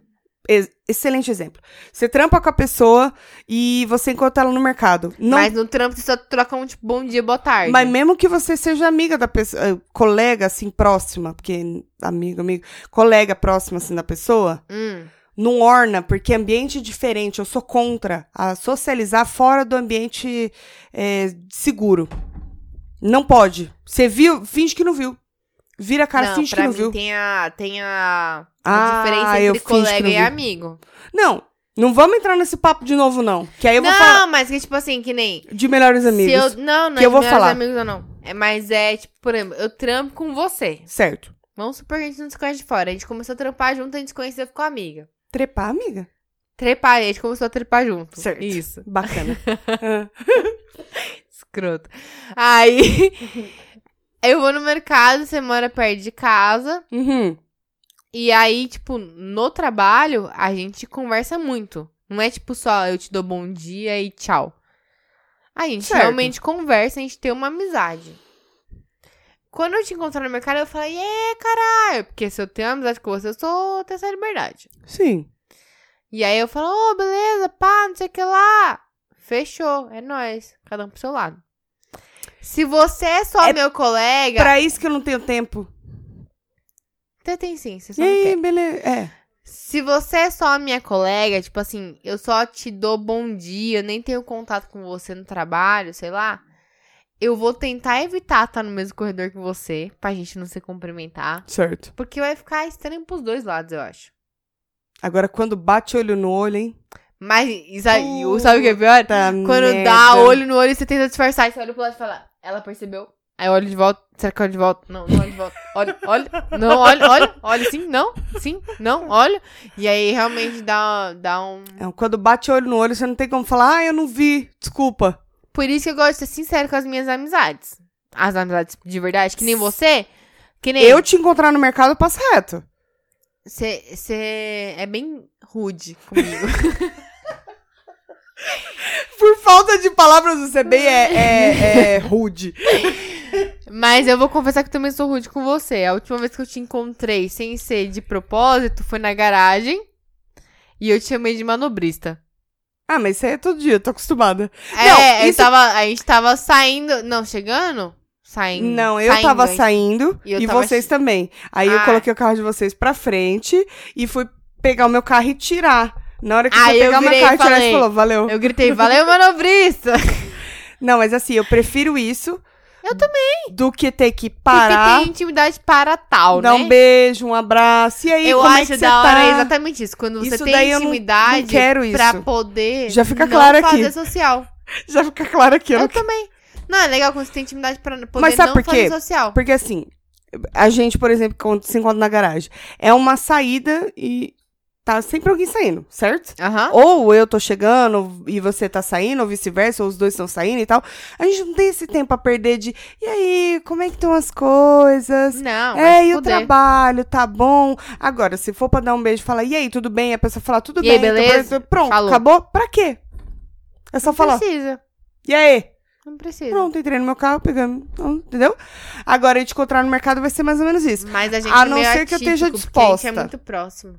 Speaker 2: Ex- excelente exemplo. Você trampa com a pessoa e você encontra ela no mercado. Não, mas,
Speaker 1: Mas no trampo você só troca um tipo bom dia, boa tarde.
Speaker 2: mesmo que você seja amiga da pessoa, eh, colega assim próxima, porque amigo, amigo, colega próxima assim da pessoa,
Speaker 1: Hum.
Speaker 2: não orna, porque é ambiente diferente. Eu sou contra a socializar fora do ambiente eh, seguro. Não pode. Você viu, finge que não viu. Vira a cara,
Speaker 1: não,
Speaker 2: finge
Speaker 1: pra
Speaker 2: que não
Speaker 1: mim
Speaker 2: viu.
Speaker 1: tem a. Tem a. a
Speaker 2: Ah,
Speaker 1: diferença
Speaker 2: eu
Speaker 1: entre
Speaker 2: finjo que não
Speaker 1: colega e
Speaker 2: vi.
Speaker 1: amigo.
Speaker 2: Não, não vamos entrar nesse papo de novo, não. Que aí eu vou
Speaker 1: não,
Speaker 2: falar
Speaker 1: mas que tipo assim, que nem.
Speaker 2: de melhores amigos.
Speaker 1: Se eu, não, não
Speaker 2: que
Speaker 1: é
Speaker 2: eu vou
Speaker 1: melhores
Speaker 2: falar.
Speaker 1: amigos ou não. É, mas é, tipo, por exemplo, eu trampo com você.
Speaker 2: Certo.
Speaker 1: Vamos supor que a gente não se conhece de fora. A gente começou a trampar junto, a gente se conheceu ficou amiga.
Speaker 2: Trepar, amiga?
Speaker 1: Trepar, a gente começou a trepar junto.
Speaker 2: Certo.
Speaker 1: Isso.
Speaker 2: Bacana. Ah,
Speaker 1: Escroto. Aí. eu vou no mercado, você mora perto de casa.
Speaker 2: uhum.
Speaker 1: E aí, tipo, no trabalho, a gente conversa muito. Não é tipo só eu te dou bom dia e tchau. A gente
Speaker 2: Certo.
Speaker 1: realmente conversa, a gente tem uma amizade. Quando eu te encontrar no mercado, eu falo, é, caralho. Porque se eu tenho amizade com você, eu sou terceira liberdade.
Speaker 2: Sim.
Speaker 1: E aí eu falo, ô, beleza, pá, não sei o que lá. Fechou, é nóis. Cada um pro seu lado. Se você é só
Speaker 2: É
Speaker 1: meu colega.
Speaker 2: Pra isso que eu não tenho tempo.
Speaker 1: Até tem sim, você
Speaker 2: E
Speaker 1: só não
Speaker 2: aí,
Speaker 1: quer.
Speaker 2: beleza. É.
Speaker 1: Se você é só minha colega, tipo assim, eu só te dou bom dia, eu nem tenho contato com você no trabalho, sei lá. Eu vou tentar evitar estar no mesmo corredor que você, pra gente não se cumprimentar.
Speaker 2: Certo.
Speaker 1: Porque vai ficar estranho pros dois lados, eu acho.
Speaker 2: Agora, quando bate olho no olho, hein?
Speaker 1: Mas, e sabe, sabe o que é pior?
Speaker 2: Tá
Speaker 1: Quando
Speaker 2: merda.
Speaker 1: dá olho no olho, você tenta disfarçar. Você olha pro lado e fala, ela percebeu? Aí eu olho de volta. Será que eu olho de volta? Não, não olho de volta. Olha, olha. Não, olha, olha. Olha, sim, não. Sim, não, olha. E aí realmente dá, dá um.
Speaker 2: É, quando bate olho no olho, você não tem como falar, ah, eu não vi, desculpa.
Speaker 1: Por isso que eu gosto de ser sincero com as minhas amizades. As amizades de verdade, que nem você. Que nem.
Speaker 2: Eu te encontrar no mercado, eu passo reto.
Speaker 1: Você é bem rude comigo.
Speaker 2: Por falta de palavras, você é bem é, é, é rude.
Speaker 1: Mas eu vou confessar que eu também sou rude com você. A última vez que eu te encontrei sem ser de propósito foi na garagem. E eu te chamei de manobrista.
Speaker 2: Ah, mas isso aí é todo dia, eu tô acostumada.
Speaker 1: É,
Speaker 2: Não,
Speaker 1: eu
Speaker 2: isso-
Speaker 1: tava, a gente tava saindo. Não, chegando? Saindo.
Speaker 2: Não, eu
Speaker 1: saindo, né?
Speaker 2: tava
Speaker 1: hein?
Speaker 2: saindo
Speaker 1: E eu
Speaker 2: e
Speaker 1: tava
Speaker 2: vocês
Speaker 1: chi-
Speaker 2: também. Aí eu
Speaker 1: Ah.
Speaker 2: coloquei o carro de vocês pra frente e fui pegar o meu carro e tirar. Na hora que
Speaker 1: Ah,
Speaker 2: você
Speaker 1: eu
Speaker 2: pegar o meu
Speaker 1: virei e
Speaker 2: carro e tirar,
Speaker 1: falei.
Speaker 2: você falou, valeu.
Speaker 1: Eu gritei, valeu, manobrista!
Speaker 2: Não, mas assim, eu prefiro isso.
Speaker 1: Eu
Speaker 2: também. Do que ter que
Speaker 1: Porque
Speaker 2: parar,
Speaker 1: tem intimidade para tal,
Speaker 2: dar
Speaker 1: né?
Speaker 2: um beijo, um abraço. E aí,
Speaker 1: eu
Speaker 2: como
Speaker 1: acho
Speaker 2: é que você
Speaker 1: da hora
Speaker 2: tá?
Speaker 1: exatamente isso. Quando você
Speaker 2: Isso
Speaker 1: tem
Speaker 2: daí eu não- não
Speaker 1: intimidade
Speaker 2: quero
Speaker 1: pra
Speaker 2: isso.
Speaker 1: poder
Speaker 2: Já fica
Speaker 1: não
Speaker 2: claro aqui.
Speaker 1: fazer social.
Speaker 2: Já fica claro aqui. Eu
Speaker 1: Eu,
Speaker 2: não
Speaker 1: também. Não, é legal quando você tem intimidade pra poder
Speaker 2: Mas sabe
Speaker 1: não
Speaker 2: por quê?
Speaker 1: fazer social.
Speaker 2: Porque assim, a gente, por exemplo, quando se encontra na garagem, é uma saída e tá sempre alguém saindo, certo?
Speaker 1: Aham.
Speaker 2: Ou eu tô chegando e você tá saindo, ou vice-versa, ou os dois estão saindo e tal. A gente não tem esse tempo a perder de. E aí, como é que estão as coisas?
Speaker 1: Não,
Speaker 2: é,
Speaker 1: mas
Speaker 2: e o
Speaker 1: poder.
Speaker 2: trabalho, tá bom? Agora, se for pra dar um beijo, fala, e aí, tudo bem? E a pessoa fala, tudo
Speaker 1: E
Speaker 2: bem,
Speaker 1: aí,
Speaker 2: então,
Speaker 1: beleza?
Speaker 2: pronto,
Speaker 1: Falou.
Speaker 2: acabou? Pra quê? É só falar,
Speaker 1: Não precisa.
Speaker 2: e aí?
Speaker 1: Não precisa.
Speaker 2: Pronto, entrei no meu carro, pegando, então, entendeu? Agora, a gente encontrar no mercado vai ser mais ou menos isso.
Speaker 1: Mas a gente
Speaker 2: A
Speaker 1: é
Speaker 2: não
Speaker 1: meio
Speaker 2: ser que eu esteja
Speaker 1: atípico, porque A gente é
Speaker 2: disposta.
Speaker 1: muito próximo.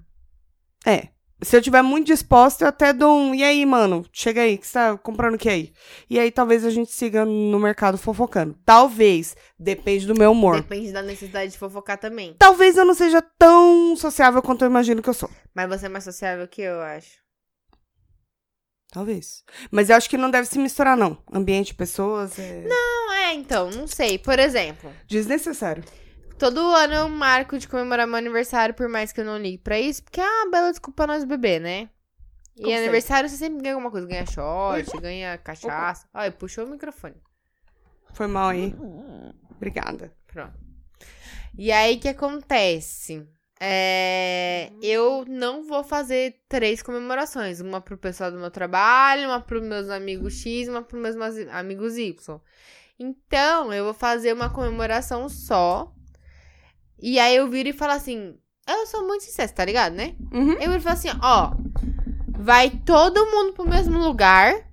Speaker 2: É. Se eu tiver muito disposta, eu até dou um. E aí, mano? Chega aí, que você tá comprando o que aí? E aí, talvez a gente siga no mercado fofocando. Talvez. Depende do meu humor.
Speaker 1: Depende da necessidade de fofocar também.
Speaker 2: Talvez eu não seja tão sociável quanto eu imagino que eu sou.
Speaker 1: Mas você é mais sociável que eu, eu acho.
Speaker 2: Talvez. Mas eu acho que não deve se misturar, não. Ambiente, pessoas. É
Speaker 1: Não é, então, não sei. Por exemplo,
Speaker 2: desnecessário.
Speaker 1: todo ano eu marco de comemorar meu aniversário, por mais que eu não ligue pra isso, porque é uma bela desculpa nós beber, né? E
Speaker 2: Como sempre.
Speaker 1: aniversário você sempre ganha alguma coisa. Ganha shot, ganha cachaça. Olha, puxou o microfone.
Speaker 2: Foi mal aí.
Speaker 1: Uhum.
Speaker 2: Obrigada.
Speaker 1: Pronto. E aí, o que acontece? É, eu não vou fazer três comemorações. Uma pro pessoal do meu trabalho, uma pros meus amigos X, uma pros meus mas- amigos Y. Então, eu vou fazer uma comemoração só. E aí eu viro e falo assim... Eu sou muito sincera, tá ligado, né?
Speaker 2: Uhum.
Speaker 1: Eu viro e falo assim, ó... Vai todo mundo pro mesmo lugar.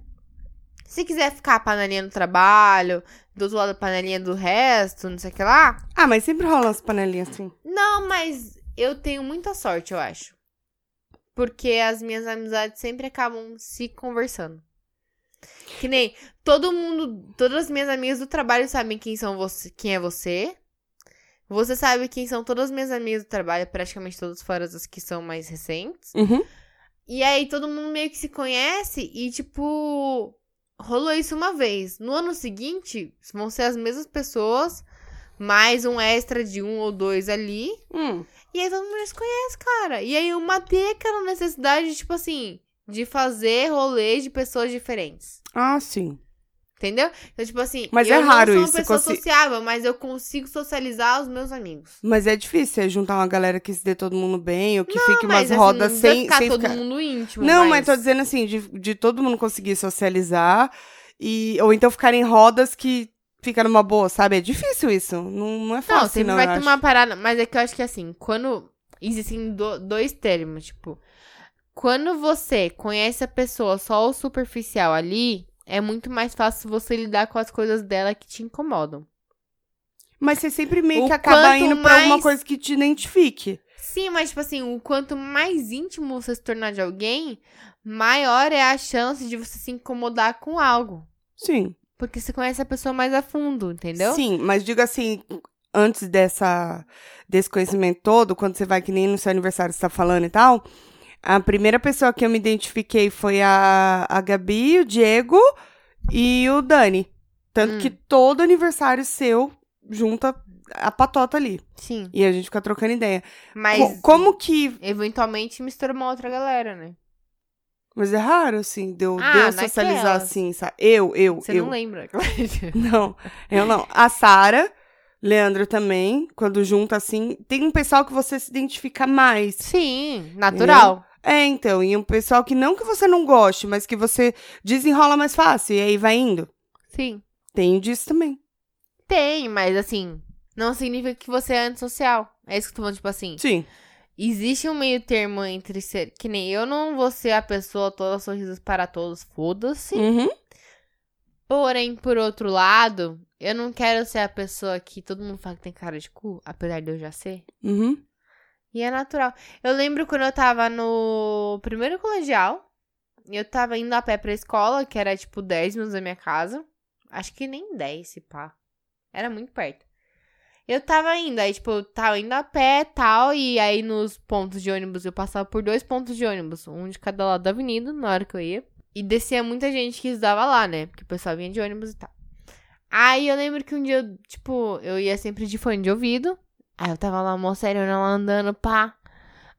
Speaker 1: Se quiser ficar a panelinha do trabalho, do outro lado a panelinha do resto, não sei o que lá...
Speaker 2: Ah, mas sempre rola umas panelinhas assim.
Speaker 1: Não, mas eu tenho muita sorte, eu acho. Porque as minhas amizades sempre acabam se conversando. Que nem todo mundo, todas as minhas amigas do trabalho sabem quem são você, quem é você. Você sabe quem são todas as minhas amigas do trabalho, praticamente todas fora as que são mais recentes.
Speaker 2: Uhum.
Speaker 1: E aí todo mundo meio que se conhece e tipo, rolou isso uma vez. No ano seguinte, vão ser as mesmas pessoas, mais um extra de um ou dois ali.
Speaker 2: Hum.
Speaker 1: E aí todo mundo se conhece, cara. E aí eu matei aquela necessidade, tipo assim, de fazer rolê de pessoas diferentes.
Speaker 2: Ah, sim.
Speaker 1: Entendeu? Então, tipo assim,
Speaker 2: Mas
Speaker 1: eu
Speaker 2: é raro
Speaker 1: não sou
Speaker 2: isso,
Speaker 1: uma pessoa
Speaker 2: consi-
Speaker 1: sociável, mas eu consigo socializar os meus amigos.
Speaker 2: Mas é difícil é juntar uma galera que se dê todo mundo bem ou que fique umas
Speaker 1: mas, assim,
Speaker 2: rodas
Speaker 1: não precisa
Speaker 2: sem,
Speaker 1: ficar
Speaker 2: sem
Speaker 1: todo
Speaker 2: ficar.
Speaker 1: mundo íntimo.
Speaker 2: Não,
Speaker 1: mas
Speaker 2: mas... tô dizendo assim, de, de todo mundo conseguir socializar e ou então ficar em rodas que fica numa boa, sabe? É difícil isso. Não, não é
Speaker 1: Não,
Speaker 2: fácil,
Speaker 1: sempre
Speaker 2: não,
Speaker 1: vai
Speaker 2: eu
Speaker 1: ter
Speaker 2: acho.
Speaker 1: uma parada. Mas é que eu acho que assim, quando. Existem do- dois termos, tipo. Quando você conhece a pessoa só o superficial ali, é muito mais fácil você lidar com as coisas dela que te incomodam.
Speaker 2: Mas você sempre meio
Speaker 1: O
Speaker 2: que acaba
Speaker 1: quanto
Speaker 2: indo pra alguma
Speaker 1: mais-
Speaker 2: coisa que te identifique.
Speaker 1: Sim, mas tipo assim, o quanto mais íntimo você se tornar de alguém, maior é a chance de você se incomodar com algo.
Speaker 2: Sim.
Speaker 1: Porque você conhece a pessoa mais a fundo, entendeu?
Speaker 2: Sim, mas digo assim, antes dessa, desse conhecimento todo, quando você vai que nem no seu aniversário você tá falando e tal, a primeira pessoa que eu me identifiquei foi a, a Gabi, o Diego e o Dani. Tanto
Speaker 1: Hum.
Speaker 2: que todo aniversário seu junta a patota ali.
Speaker 1: Sim.
Speaker 2: E a gente fica trocando ideia.
Speaker 1: Mas
Speaker 2: Co- como que.
Speaker 1: eventualmente mistura uma outra galera, né?
Speaker 2: Mas é raro, assim, de eu, de
Speaker 1: Ah,
Speaker 2: eu socializar
Speaker 1: naquelas.
Speaker 2: assim, sabe? Eu, eu,
Speaker 1: Você
Speaker 2: eu.
Speaker 1: não lembra.
Speaker 2: Não, eu não. A Sara, Leandro também, quando junta assim, tem um pessoal que você se identifica mais.
Speaker 1: Sim, natural.
Speaker 2: É, então, e um pessoal que não que você não goste, mas que você desenrola mais fácil e aí vai indo.
Speaker 1: Sim.
Speaker 2: Tem disso também.
Speaker 1: Tem, mas assim, não significa que você é antissocial. É isso que eu tô falando, tipo assim.
Speaker 2: Sim.
Speaker 1: Existe um meio termo entre ser. Que nem eu não vou ser a pessoa toda sorrisos para todos, foda-se.
Speaker 2: Uhum.
Speaker 1: Porém, por outro lado, eu não quero ser a pessoa que todo mundo fala que tem cara de cu, apesar de eu já ser.
Speaker 2: Uhum.
Speaker 1: E é natural. Eu lembro quando eu tava no primeiro colegial, eu tava indo a pé pra escola, que era tipo 10 minutos da minha casa. Acho que nem 10, se pá. Era muito perto. Eu tava indo, aí tipo, eu tava indo a pé e tal, e aí nos pontos de ônibus, eu passava por dois pontos de ônibus, um de cada lado da avenida, na hora que eu ia. E descia muita gente que estudava lá, né? Porque o pessoal vinha de ônibus e tal. Aí eu lembro que um dia, eu, tipo, eu ia sempre de fone de ouvido, Aí eu tava lá, mó serena, lá andando, pá.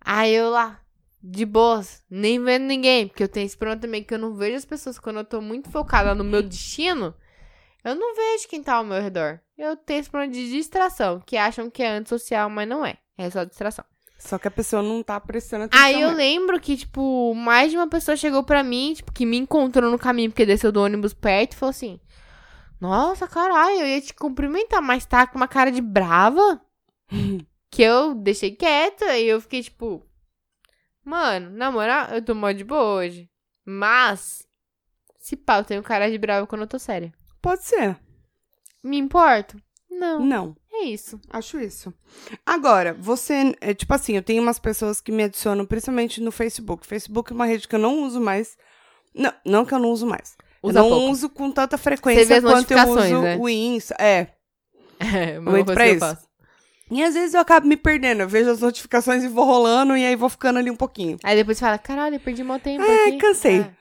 Speaker 1: Aí eu lá, de boas, nem vendo ninguém. Porque eu tenho esse problema também que eu não vejo as pessoas quando eu tô muito focada no meu destino. Eu não vejo quem tá ao meu redor. Eu tenho esse problema de distração, que acham que é antissocial, mas não é. É só distração.
Speaker 2: Só que a pessoa não tá prestando atenção.
Speaker 1: Aí eu
Speaker 2: né?
Speaker 1: lembro que, tipo, mais de uma pessoa chegou pra mim, tipo, que me encontrou no caminho, porque desceu do ônibus perto e falou assim: Nossa, caralho, eu ia te cumprimentar, mas tá com uma cara de brava. que eu deixei quieta e eu fiquei tipo. Mano, na moral, eu tô mó de boa hoje. Mas. Se pá, eu tenho cara de brava quando eu tô séria.
Speaker 2: Pode ser.
Speaker 1: Me importo? Não.
Speaker 2: Não.
Speaker 1: É isso.
Speaker 2: Acho isso. Agora, você. É, tipo assim, eu tenho umas pessoas que me adicionam, principalmente no Facebook. Facebook é uma rede que eu não uso mais. Não, não que eu não uso mais.
Speaker 1: Usa
Speaker 2: eu não
Speaker 1: pouco.
Speaker 2: uso com tanta
Speaker 1: Você vê
Speaker 2: frequência
Speaker 1: as
Speaker 2: quanto eu
Speaker 1: notificações,
Speaker 2: uso
Speaker 1: né?
Speaker 2: o Insta. É.
Speaker 1: É,
Speaker 2: Momento pra isso. E às vezes eu acabo me perdendo. Eu vejo as notificações e vou rolando e aí vou ficando ali um pouquinho.
Speaker 1: Aí depois fala, caralho, eu perdi meu tempo
Speaker 2: É,
Speaker 1: aqui.
Speaker 2: cansei.
Speaker 1: Ah,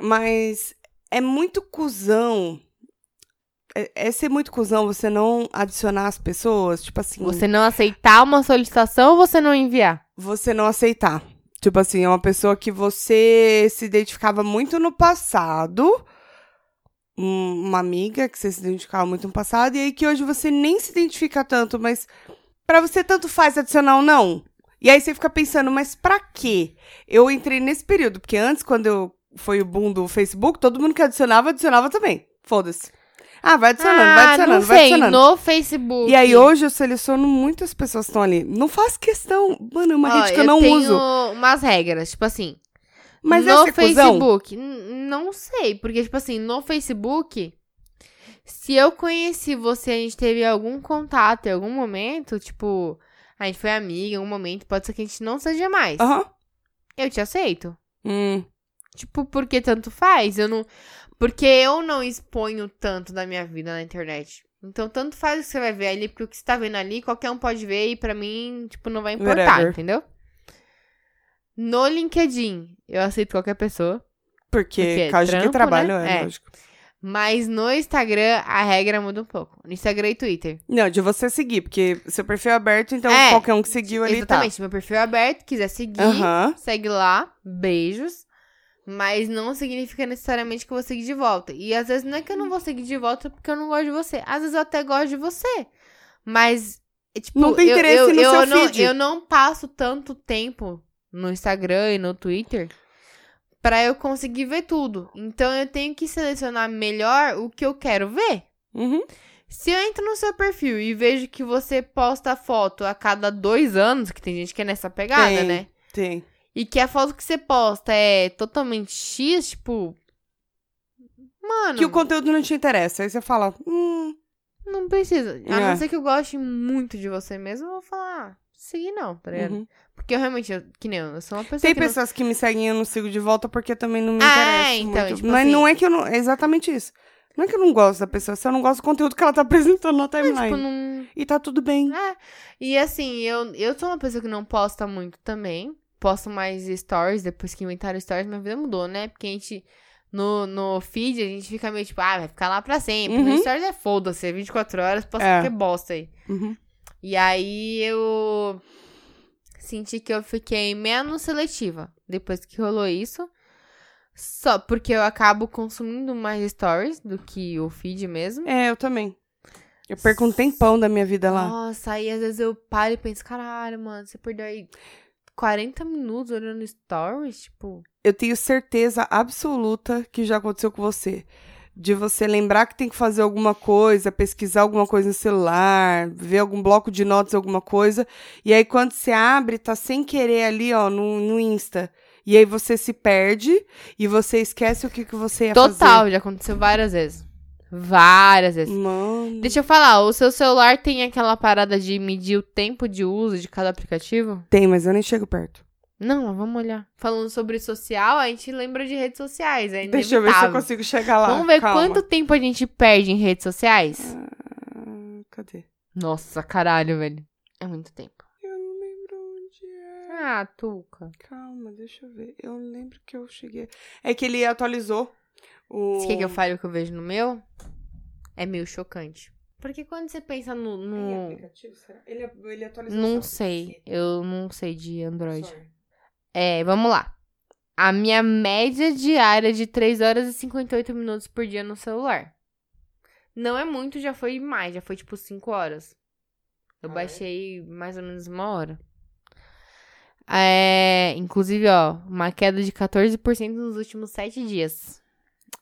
Speaker 2: Mas é muito cuzão. É, é ser muito cuzão você não adicionar as pessoas, tipo assim, você,
Speaker 1: Você não aceitar uma solicitação ou você não enviar?
Speaker 2: não aceitar. Tipo assim, é uma pessoa que você se identificava muito no passado. um- Uma amiga que você se identificava muito no passado, e aí que hoje você nem se identifica tanto, mas pra você tanto faz adicionar ou não. E aí você fica pensando, mas pra quê? Eu entrei nesse período, porque antes, quando eu foi o boom do Facebook, todo mundo que adicionava, adicionava também. Foda-se. Ah, vai adicionando,
Speaker 1: ah,
Speaker 2: vai adicionando,
Speaker 1: não
Speaker 2: vai
Speaker 1: sei,
Speaker 2: adicionando.
Speaker 1: no Facebook.
Speaker 2: E aí hoje eu seleciono muitas pessoas que estão ali. Não faz questão. Mano, é uma
Speaker 1: Ó,
Speaker 2: rede que eu não
Speaker 1: tenho
Speaker 2: uso.
Speaker 1: umas regras, tipo assim.
Speaker 2: Mas
Speaker 1: no
Speaker 2: esse cuzão.
Speaker 1: Facebook, n- não sei, porque tipo assim, no Facebook, se eu conheci você, a gente teve algum contato em algum momento, tipo, a gente foi amiga em algum momento, pode ser que a gente não seja mais.
Speaker 2: Aham.
Speaker 1: Eu te aceito.
Speaker 2: Hum,
Speaker 1: Tipo, porque tanto faz, eu não porque eu não exponho tanto da minha vida na internet. Então, tanto faz o que você vai ver ali, porque o que você tá vendo ali, qualquer um pode ver e pra mim, tipo, não vai importar,
Speaker 2: Whatever.
Speaker 1: entendeu? No LinkedIn, eu aceito qualquer pessoa. Porque
Speaker 2: porque,
Speaker 1: é
Speaker 2: por causa de que
Speaker 1: trampo,
Speaker 2: trabalho,
Speaker 1: né?
Speaker 2: é,
Speaker 1: É.
Speaker 2: lógico.
Speaker 1: Mas no Instagram a regra muda um pouco. No Instagram e Twitter.
Speaker 2: Não, de você seguir, porque seu perfil é aberto, então
Speaker 1: É,
Speaker 2: qualquer um que seguiu ali
Speaker 1: Exatamente. Meu perfil é aberto, quiser seguir,
Speaker 2: tá. Aham.
Speaker 1: segue lá. Beijos. Mas não significa necessariamente que eu vou seguir de volta. E às vezes não é que eu não vou seguir de volta porque eu não gosto de você. Às vezes eu até gosto de você. Mas, é, tipo,
Speaker 2: Não tem
Speaker 1: eu-
Speaker 2: interesse
Speaker 1: eu,
Speaker 2: no
Speaker 1: eu
Speaker 2: seu
Speaker 1: não,
Speaker 2: feed.
Speaker 1: Eu não passo tanto tempo no Instagram e no Twitter pra eu conseguir ver tudo. Então eu tenho que selecionar melhor o que eu quero ver.
Speaker 2: Uhum.
Speaker 1: Se eu entro no seu perfil e vejo que você posta foto a cada dois anos, que tem gente que é nessa pegada,
Speaker 2: Tem.
Speaker 1: né?
Speaker 2: Tem.
Speaker 1: E que a foto que você posta é totalmente X, tipo. Mano,
Speaker 2: Que o conteúdo não te interessa. Aí você fala, hum,
Speaker 1: não precisa. A
Speaker 2: É.
Speaker 1: não ser que eu goste muito de você mesmo, eu vou falar, ah, seguir não, tá ligado?
Speaker 2: uhum.
Speaker 1: Porque eu realmente, eu- que nem eu, eu sou uma pessoa.
Speaker 2: Tem
Speaker 1: que não-
Speaker 2: pessoas que me seguem e eu não sigo de volta porque também não me
Speaker 1: Ah,
Speaker 2: interessa.
Speaker 1: então,
Speaker 2: muito.
Speaker 1: tipo
Speaker 2: Mas
Speaker 1: assim-
Speaker 2: não é que eu não. É exatamente isso. Não é que eu não gosto da pessoa, se eu não gosto do conteúdo que ela tá apresentando na timeline.
Speaker 1: Tipo, não.
Speaker 2: E tá tudo bem.
Speaker 1: É. E assim, eu, eu sou uma pessoa que não posta muito também. Posto mais stories, depois que inventaram stories, minha vida mudou, né? Porque a gente. No, no feed, a gente fica meio tipo, ah, vai ficar lá pra sempre.
Speaker 2: Uhum.
Speaker 1: No stories é foda-se, é 24 horas, posta
Speaker 2: É.
Speaker 1: qualquer bosta aí.
Speaker 2: Uhum.
Speaker 1: E aí eu senti que eu fiquei menos seletiva depois que rolou isso. Só porque eu acabo consumindo mais stories do que o feed mesmo.
Speaker 2: É, eu também. Eu perco um tempão da minha vida lá.
Speaker 1: Nossa, aí às vezes eu paro e penso, caralho, mano, você perdeu aí 40 minutos olhando stories, tipo.
Speaker 2: Eu tenho certeza absoluta que já aconteceu com você. De você lembrar que tem que fazer alguma coisa, pesquisar alguma coisa no celular, ver algum bloco de notas, alguma coisa. E aí, quando você abre, tá sem querer ali, ó, no, no Insta. E aí você se perde e você esquece o que, que você ia
Speaker 1: Total,
Speaker 2: fazer.
Speaker 1: já aconteceu várias vezes. Várias vezes.
Speaker 2: Hum. Mano.
Speaker 1: Deixa eu falar, o seu celular tem aquela parada de medir o tempo de uso de cada aplicativo?
Speaker 2: Tem, mas eu nem chego perto.
Speaker 1: Não, mas vamos olhar. Falando sobre social, a gente lembra de redes sociais, é inevitável.
Speaker 2: Deixa eu ver se eu consigo chegar lá.
Speaker 1: Vamos ver
Speaker 2: Calma.
Speaker 1: quanto tempo a gente perde em redes sociais?
Speaker 2: Ah, cadê?
Speaker 1: Nossa, caralho, velho. É muito tempo.
Speaker 2: Eu não lembro onde é.
Speaker 1: Ah, Tuca.
Speaker 2: Calma, deixa eu ver. Eu lembro que eu cheguei. É que ele atualizou o.
Speaker 1: Você quer que eu fale o que eu vejo no meu? É meio chocante. Porque quando você pensa no.
Speaker 2: Ele, é
Speaker 1: no...
Speaker 2: aplicativo, será? ele, é- ele atualizou.
Speaker 1: Não
Speaker 2: só.
Speaker 1: sei. Eu não sei de Android.
Speaker 2: Sorry.
Speaker 1: É, vamos lá. A minha média diária é de 3 horas e 58 minutos por dia no celular. Não é muito, já foi mais, já foi tipo 5 horas. Eu
Speaker 2: Ah, é?
Speaker 1: baixei mais ou menos uma hora. É, inclusive, ó, uma queda de 14% nos últimos 7 dias.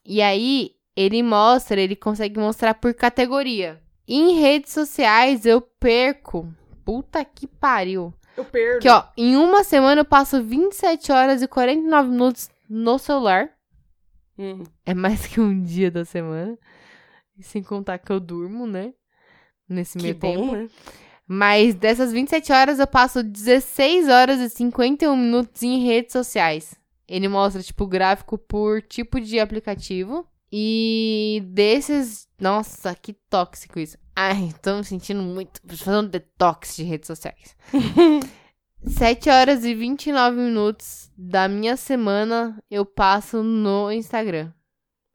Speaker 1: E aí, ele mostra, ele consegue mostrar por categoria. Em redes sociais, eu perco. Puta que pariu.
Speaker 2: Eu perdo.
Speaker 1: Que ó, em uma semana eu passo 27 horas e 49 minutos no celular.
Speaker 2: Hum.
Speaker 1: É mais que um dia da semana. E Sem contar que eu durmo, né? Nesse
Speaker 2: Que
Speaker 1: meio
Speaker 2: bom,
Speaker 1: tempo.
Speaker 2: né?
Speaker 1: Mas dessas 27 horas eu passo 16 horas e 51 minutos em redes sociais. Ele mostra, tipo, o gráfico por tipo de aplicativo. E desses. Nossa, que tóxico isso. Ai, tô me sentindo muito. Preciso fazer um detox de redes sociais. 7 horas e 29 minutos da minha semana eu passo no Instagram.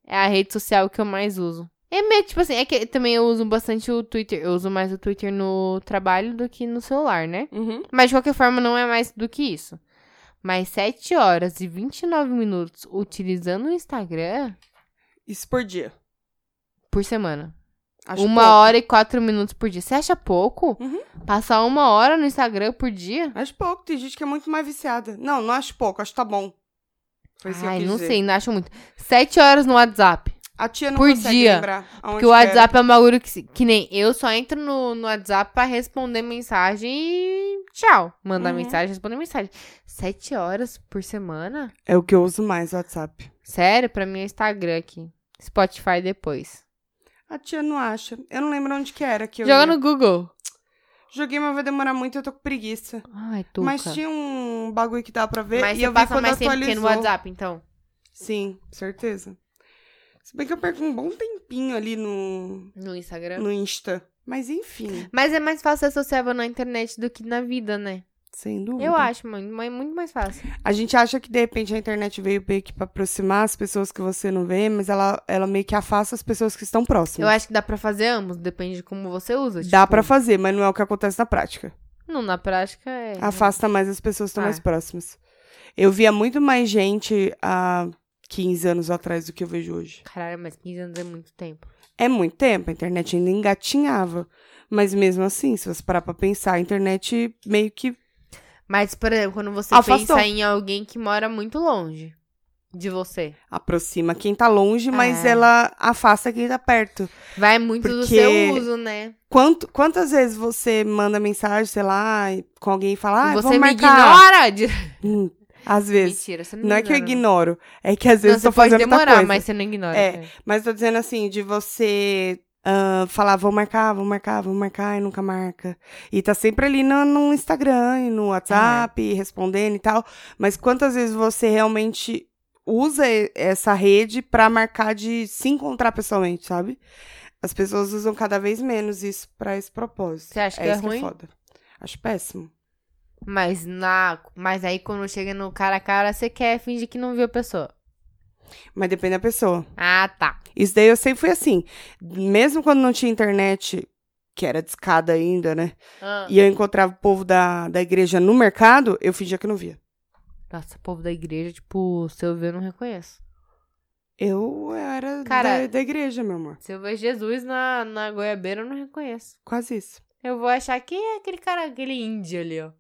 Speaker 1: É a rede social que eu mais uso. É meio que, tipo assim, é que também eu uso bastante o Twitter. Eu uso mais o Twitter no trabalho do que no celular, né?
Speaker 2: Uhum.
Speaker 1: Mas de qualquer forma não é mais do que isso. Mas 7 horas e 29 minutos utilizando o Instagram
Speaker 2: Isso por dia.
Speaker 1: por semana.
Speaker 2: Acho
Speaker 1: uma
Speaker 2: pouco.
Speaker 1: hora e 4 minutos por dia. Você acha pouco?
Speaker 2: Uhum.
Speaker 1: Passar uma hora no Instagram por dia?
Speaker 2: Acho pouco. Tem gente que é muito mais viciada. Não, não acho pouco. Acho que tá bom. Foi isso que eu
Speaker 1: Ai,
Speaker 2: quis
Speaker 1: não
Speaker 2: dizer.
Speaker 1: sei, ainda acho muito. 7 horas no WhatsApp.
Speaker 2: A tia não
Speaker 1: Por
Speaker 2: consegue
Speaker 1: dia.
Speaker 2: lembrar. aonde
Speaker 1: Porque o
Speaker 2: era.
Speaker 1: WhatsApp é um bagulho que, se- que nem eu só entro no, no WhatsApp pra responder mensagem e tchau. Mandar
Speaker 2: Uhum.
Speaker 1: mensagem, responder mensagem. Sete horas por semana?
Speaker 2: É o que eu uso mais, o WhatsApp.
Speaker 1: Sério, pra mim é Instagram aqui. Spotify depois.
Speaker 2: A tia não acha. Eu não lembro onde que era que eu
Speaker 1: Joga
Speaker 2: ia.
Speaker 1: no Google.
Speaker 2: Joguei, mas vai demorar muito, eu tô com preguiça.
Speaker 1: Ai, Tuca.
Speaker 2: Mas tinha um bagulho que dá pra ver
Speaker 1: Mas
Speaker 2: e
Speaker 1: você
Speaker 2: eu vi
Speaker 1: passa
Speaker 2: quando
Speaker 1: mais tempo
Speaker 2: atualizou.
Speaker 1: que no WhatsApp, então.
Speaker 2: Sim, certeza. Se bem que eu perco um bom tempinho ali no,
Speaker 1: No Instagram.
Speaker 2: no Insta. Mas enfim,
Speaker 1: Mas é mais fácil associável na internet do que na vida, né?
Speaker 2: sem dúvida.
Speaker 1: Eu acho, mano. mas é muito mais fácil.
Speaker 2: A gente acha que de repente a internet veio meio que pra aproximar as pessoas que você não vê, mas ela, ela meio que afasta as pessoas que estão
Speaker 1: Eu
Speaker 2: próximas.
Speaker 1: acho que dá pra fazer ambos, depende de como você usa.
Speaker 2: Dá
Speaker 1: tipo,
Speaker 2: pra fazer, mas não é o que acontece na prática.
Speaker 1: Não, na prática é.
Speaker 2: Afasta mais as pessoas que estão
Speaker 1: Ah.
Speaker 2: mais próximas. Eu via muito mais gente há 15 anos atrás do que eu vejo hoje.
Speaker 1: Caralho, mas 15 anos é muito tempo.
Speaker 2: É muito tempo, a internet ainda engatinhava. Mas mesmo assim, se você parar pra pensar, a internet meio que.
Speaker 1: Mas, por exemplo, quando você
Speaker 2: Afastou.
Speaker 1: pensa em alguém que mora muito longe de você,
Speaker 2: aproxima quem tá longe, mas
Speaker 1: É.
Speaker 2: ela afasta quem tá perto.
Speaker 1: vai muito do
Speaker 2: Porque-
Speaker 1: seu uso, né?
Speaker 2: Quanto, quantas vezes você manda mensagem, sei lá, e- com alguém e fala, ah,
Speaker 1: você
Speaker 2: vamos
Speaker 1: me
Speaker 2: marcar.
Speaker 1: ignora? De...
Speaker 2: Hum, às vezes.
Speaker 1: Mentira, você não,
Speaker 2: Não é
Speaker 1: ignora,
Speaker 2: que eu
Speaker 1: não.
Speaker 2: ignoro, é que às
Speaker 1: Não,
Speaker 2: vezes
Speaker 1: você
Speaker 2: eu tô
Speaker 1: pode
Speaker 2: fazendo outra
Speaker 1: demorar,
Speaker 2: coisa.
Speaker 1: mas você não ignora. né?
Speaker 2: É. Mas tô dizendo assim, de você ah, falar, vou marcar, vou marcar, vou marcar, e nunca marca. E tá sempre ali no, no Instagram e no WhatsApp,
Speaker 1: É.
Speaker 2: e respondendo e tal. Mas quantas vezes você realmente usa e- essa rede pra marcar de se encontrar pessoalmente, sabe? As pessoas usam cada vez menos isso pra esse propósito.
Speaker 1: Você acha que é
Speaker 2: isso
Speaker 1: ruim?
Speaker 2: foda. Acho péssimo.
Speaker 1: Mas, na... mas aí quando chega no cara a cara, você quer fingir que não viu a pessoa.
Speaker 2: Mas depende da pessoa.
Speaker 1: Ah, tá.
Speaker 2: Isso daí eu sempre fui assim. Mesmo quando não tinha internet, que era discada ainda, né?
Speaker 1: Ah.
Speaker 2: e eu encontrava o povo da, da igreja no mercado, eu fingia que não via.
Speaker 1: Nossa, o povo da igreja, tipo, se eu ver, eu não reconheço.
Speaker 2: Eu era
Speaker 1: Cara-
Speaker 2: da, da igreja, meu amor.
Speaker 1: Se eu ver Jesus na, na goiabeira, eu não reconheço.
Speaker 2: Quase isso.
Speaker 1: Eu vou achar que é aquele cara, aquele índio ali, ó.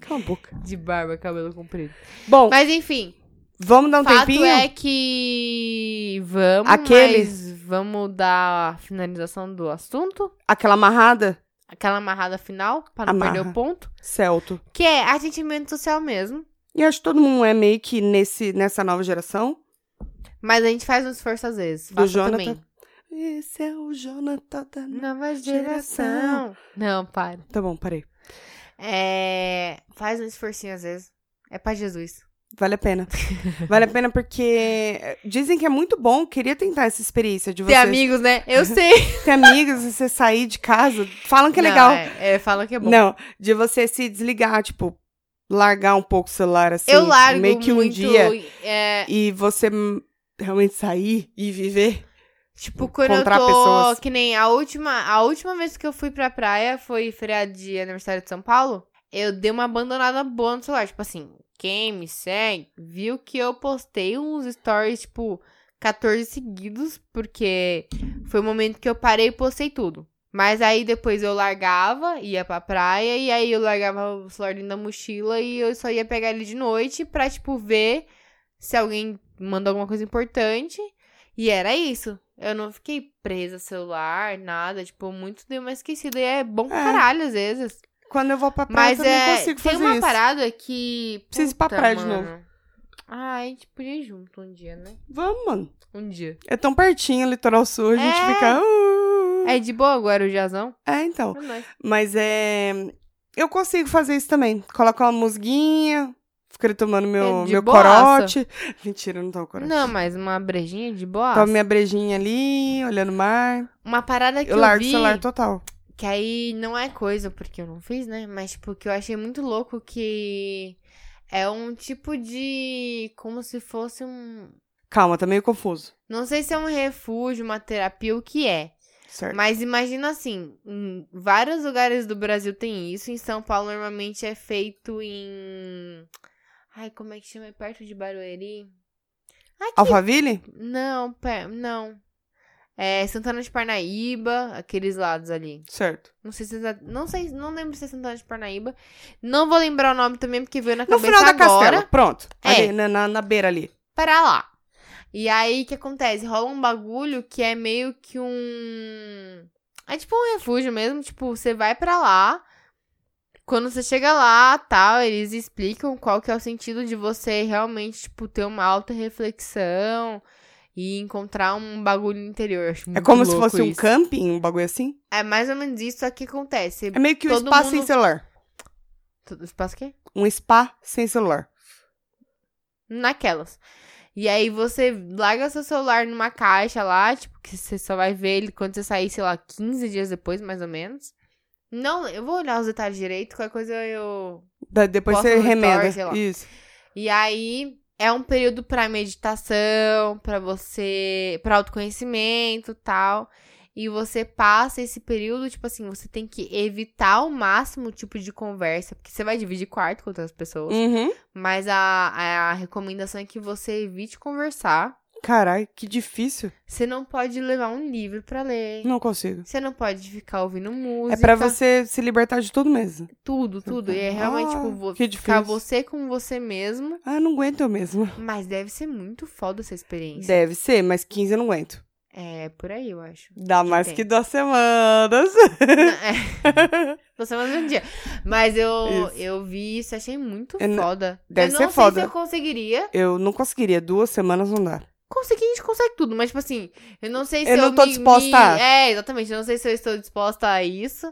Speaker 2: Cala a boca.
Speaker 1: De barba, cabelo comprido.
Speaker 2: Bom,
Speaker 1: Mas enfim,
Speaker 2: vamos dar
Speaker 1: o
Speaker 2: um
Speaker 1: fato
Speaker 2: tempinho?
Speaker 1: é que vamos,
Speaker 2: Aquele-
Speaker 1: mas vamos dar a finalização do assunto.
Speaker 2: Aquela amarrada?
Speaker 1: Aquela amarrada final, pra não
Speaker 2: Amarra.
Speaker 1: perder o ponto.
Speaker 2: Celto.
Speaker 1: Que é atendimento social mesmo.
Speaker 2: E acho que todo mundo é meio que nesse, nessa nova geração.
Speaker 1: Mas a gente faz um esforço às vezes.
Speaker 2: Do
Speaker 1: Faça
Speaker 2: Jonathan.
Speaker 1: também.
Speaker 2: Esse é o Jonathan da...
Speaker 1: Nova
Speaker 2: Geração.
Speaker 1: geração. Não, para.
Speaker 2: Tá bom, parei.
Speaker 1: É... Faz um esforcinho às vezes. É pra Jesus.
Speaker 2: Vale a pena. Vale a pena porque eh, dizem que é muito bom. Queria tentar essa experiência de você
Speaker 1: Ter amigos, né? Eu sei.
Speaker 2: ter amigos, você sair de casa. Falam que é legal.
Speaker 1: Não, é, é, fala que é bom.
Speaker 2: Não, de você se desligar, tipo, largar um pouco o celular assim.
Speaker 1: eu largo
Speaker 2: meio que um
Speaker 1: muito,
Speaker 2: dia
Speaker 1: é,
Speaker 2: e você hum, realmente sair e viver.
Speaker 1: tipo, quando eu
Speaker 2: encontrar
Speaker 1: tô...
Speaker 2: pessoas.
Speaker 1: Que nem a última... A última vez que eu fui pra praia foi feriado de aniversário de São Paulo. Eu dei uma abandonada boa no celular. Tipo assim, quem me segue viu que eu postei uns stories, tipo, 14 seguidos. Porque foi o momento que eu parei e postei tudo. Mas aí depois eu largava, ia pra praia, e aí eu largava o celular dentro da mochila e eu só ia pegar ele de noite pra, tipo, ver se alguém mandou alguma coisa importante. E era isso. Eu não fiquei presa ao celular, nada. Tipo, muito deu uma esquecida. E é bom pra
Speaker 2: É.
Speaker 1: caralho, às vezes.
Speaker 2: Quando eu vou pra praia,
Speaker 1: Mas
Speaker 2: eu também
Speaker 1: é.
Speaker 2: consigo
Speaker 1: tem
Speaker 2: fazer
Speaker 1: uma
Speaker 2: isso.
Speaker 1: parada que.
Speaker 2: Preciso ir pra
Speaker 1: puta,
Speaker 2: praia de
Speaker 1: mano. Ah, a gente podia ir junto um dia, né?
Speaker 2: Vamos, mano.
Speaker 1: Um dia.
Speaker 2: É tão pertinho o litoral sul, a gente
Speaker 1: É.
Speaker 2: fica. "Uh".
Speaker 1: É de boa agora o jazão?
Speaker 2: é, então.
Speaker 1: É nóis.
Speaker 2: Mas é. Eu consigo fazer isso também. Colocar uma musguinha, ficar tomando meu,
Speaker 1: É, de
Speaker 2: meu
Speaker 1: boaça.
Speaker 2: corote. Mentira, eu não tomo corote.
Speaker 1: Não, mas uma brejinha de boa.
Speaker 2: Tomo minha brejinha ali, olhando o mar.
Speaker 1: Uma parada que
Speaker 2: Eu
Speaker 1: eu,
Speaker 2: largo
Speaker 1: vi,
Speaker 2: o celular total.
Speaker 1: que aí não é coisa porque eu não fiz, né? Mas tipo, que eu achei muito louco que é um tipo de como se fosse um,
Speaker 2: Calma, tá meio confuso.
Speaker 1: não sei se é um refúgio, uma terapia, o que é.
Speaker 2: Certo.
Speaker 1: Mas imagina assim, em vários lugares do Brasil tem isso, em São Paulo normalmente é feito em Ai, como é que chama? É perto de Barueri? Aqui
Speaker 2: Alphaville?
Speaker 1: Não, pé, não. É Santana de Parnaíba, aqueles lados ali.
Speaker 2: Certo.
Speaker 1: Não sei se é exa- não sei, não lembro se é Santana de Parnaíba. Não vou lembrar o nome também porque veio na
Speaker 2: No
Speaker 1: cabeça
Speaker 2: final da
Speaker 1: agora.
Speaker 2: castela, pronto.
Speaker 1: É.
Speaker 2: Ali, na, na, na beira ali.
Speaker 1: Para lá. E aí o que acontece? Rola um bagulho que é meio que um é tipo um refúgio mesmo, tipo, você vai pra lá. Quando você chega lá, tal, eles explicam qual que é o sentido de você realmente, tipo, ter uma alta reflexão e encontrar um bagulho interior. Eu acho
Speaker 2: É
Speaker 1: muito
Speaker 2: como se
Speaker 1: louco
Speaker 2: fosse um
Speaker 1: isso.
Speaker 2: camping, um bagulho assim.
Speaker 1: É mais ou menos isso aqui que acontece.
Speaker 2: É meio que um
Speaker 1: Todo
Speaker 2: spa sem
Speaker 1: mundo-
Speaker 2: celular.
Speaker 1: Tudo- Espaço o quê?
Speaker 2: Um spa sem celular.
Speaker 1: naquelas. E aí você larga seu celular numa caixa lá, tipo, que você só vai ver ele quando você sair, sei lá, 15 dias depois, mais ou menos. Não, eu vou olhar os detalhes direito, qualquer coisa eu.
Speaker 2: Da- depois
Speaker 1: Posta
Speaker 2: você
Speaker 1: no story,
Speaker 2: remenda.
Speaker 1: sei lá.
Speaker 2: Isso.
Speaker 1: E aí é um período pra meditação, pra você, para autoconhecimento, tal. E você passa esse período, tipo assim, você tem que evitar ao máximo o tipo de conversa, porque você vai dividir quarto com outras pessoas,
Speaker 2: Uhum.
Speaker 1: mas a, a recomendação é que você evite conversar.
Speaker 2: Caralho, que difícil.
Speaker 1: Você não pode levar um livro pra ler.
Speaker 2: Não consigo.
Speaker 1: Você não pode ficar ouvindo
Speaker 2: É
Speaker 1: música.
Speaker 2: pra você se libertar de tudo mesmo.
Speaker 1: Tudo, tudo. E é realmente,
Speaker 2: Ah,
Speaker 1: tipo, vo-
Speaker 2: que
Speaker 1: ficar
Speaker 2: difícil.
Speaker 1: você com você mesmo.
Speaker 2: Ah, não aguento eu mesmo.
Speaker 1: Mas deve ser muito foda essa experiência.
Speaker 2: Deve ser, mas 15 eu não aguento.
Speaker 1: É, por aí, eu acho.
Speaker 2: Dá
Speaker 1: Que
Speaker 2: mais
Speaker 1: tem.
Speaker 2: que duas semanas.
Speaker 1: Não, é. Você mais um dia. Mas eu,
Speaker 2: Isso.
Speaker 1: eu vi isso, achei muito
Speaker 2: Eu não-
Speaker 1: foda.
Speaker 2: Deve
Speaker 1: eu
Speaker 2: ser
Speaker 1: não sei
Speaker 2: foda.
Speaker 1: se eu conseguiria.
Speaker 2: Eu não conseguiria, duas semanas não dá.
Speaker 1: Consegui, a gente consegue tudo, mas, tipo assim, eu não sei se eu.
Speaker 2: Eu não tô
Speaker 1: me-
Speaker 2: disposta
Speaker 1: me-
Speaker 2: a-
Speaker 1: É, exatamente, eu não sei se eu estou disposta a isso,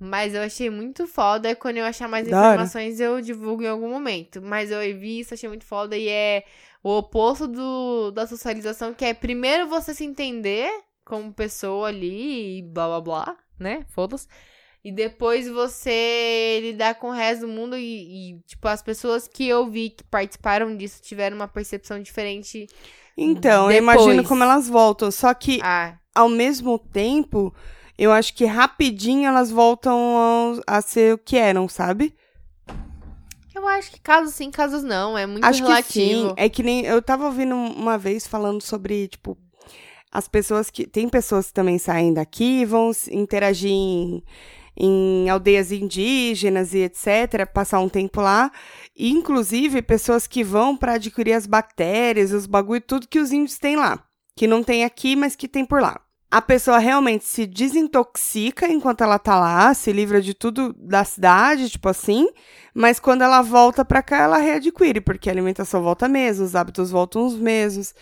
Speaker 1: mas eu achei muito foda. E quando eu achar mais
Speaker 2: Da hora.
Speaker 1: informações, eu divulgo em algum momento. Mas eu vi isso, achei muito foda, e é o oposto do, da socialização, que é primeiro você se entender como pessoa ali e blá blá blá, né? Foda-se. E depois você lidar com o resto do mundo e, e, tipo, as pessoas que eu vi que participaram disso tiveram uma percepção diferente
Speaker 2: Então, eu
Speaker 1: Depois.
Speaker 2: imagino como elas voltam. Só que,
Speaker 1: ah,
Speaker 2: ao mesmo tempo, eu acho que rapidinho elas voltam ao- a ser o que eram, sabe?
Speaker 1: que Eu acho que casos sim, casos não. É muito
Speaker 2: Acho
Speaker 1: relativo.
Speaker 2: que sim. É que nem. Eu tava ouvindo uma vez falando sobre, tipo, as pessoas que. Tem pessoas que também saem daqui e vão se interagir em, em aldeias indígenas e etc., passar um tempo lá. E, inclusive, pessoas que vão pra adquirir as bactérias, os bagulho, tudo que os índios têm lá. Que não tem aqui, mas que tem por lá. A pessoa realmente se desintoxica enquanto ela tá lá, se livra de tudo da cidade, tipo assim. Mas quando ela volta pra cá, ela readquire, porque a alimentação volta mesmo, os hábitos voltam os mesmos.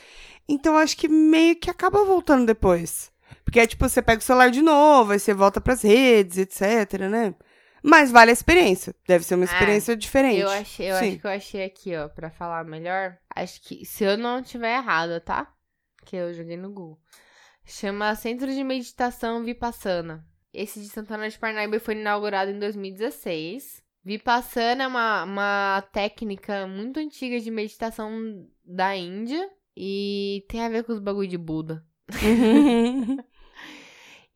Speaker 2: Então acho que meio que acaba voltando depois. Porque é tipo, você pega o celular de novo, aí você volta pras redes, etc, né? Mas vale a experiência. Deve ser uma
Speaker 1: Ah,
Speaker 2: experiência diferente.
Speaker 1: Eu, achei, eu
Speaker 2: é, Sim.
Speaker 1: acho que eu achei aqui, ó, pra falar melhor. Acho que, se eu não tiver errada, tá? Que eu joguei no Google. Chama Centro de Meditação Vipassana. Esse de Santana de Parnaíba foi inaugurado em 2016. Vipassana é uma, uma técnica muito antiga de meditação da Índia e tem a ver com os bagulho de Buda.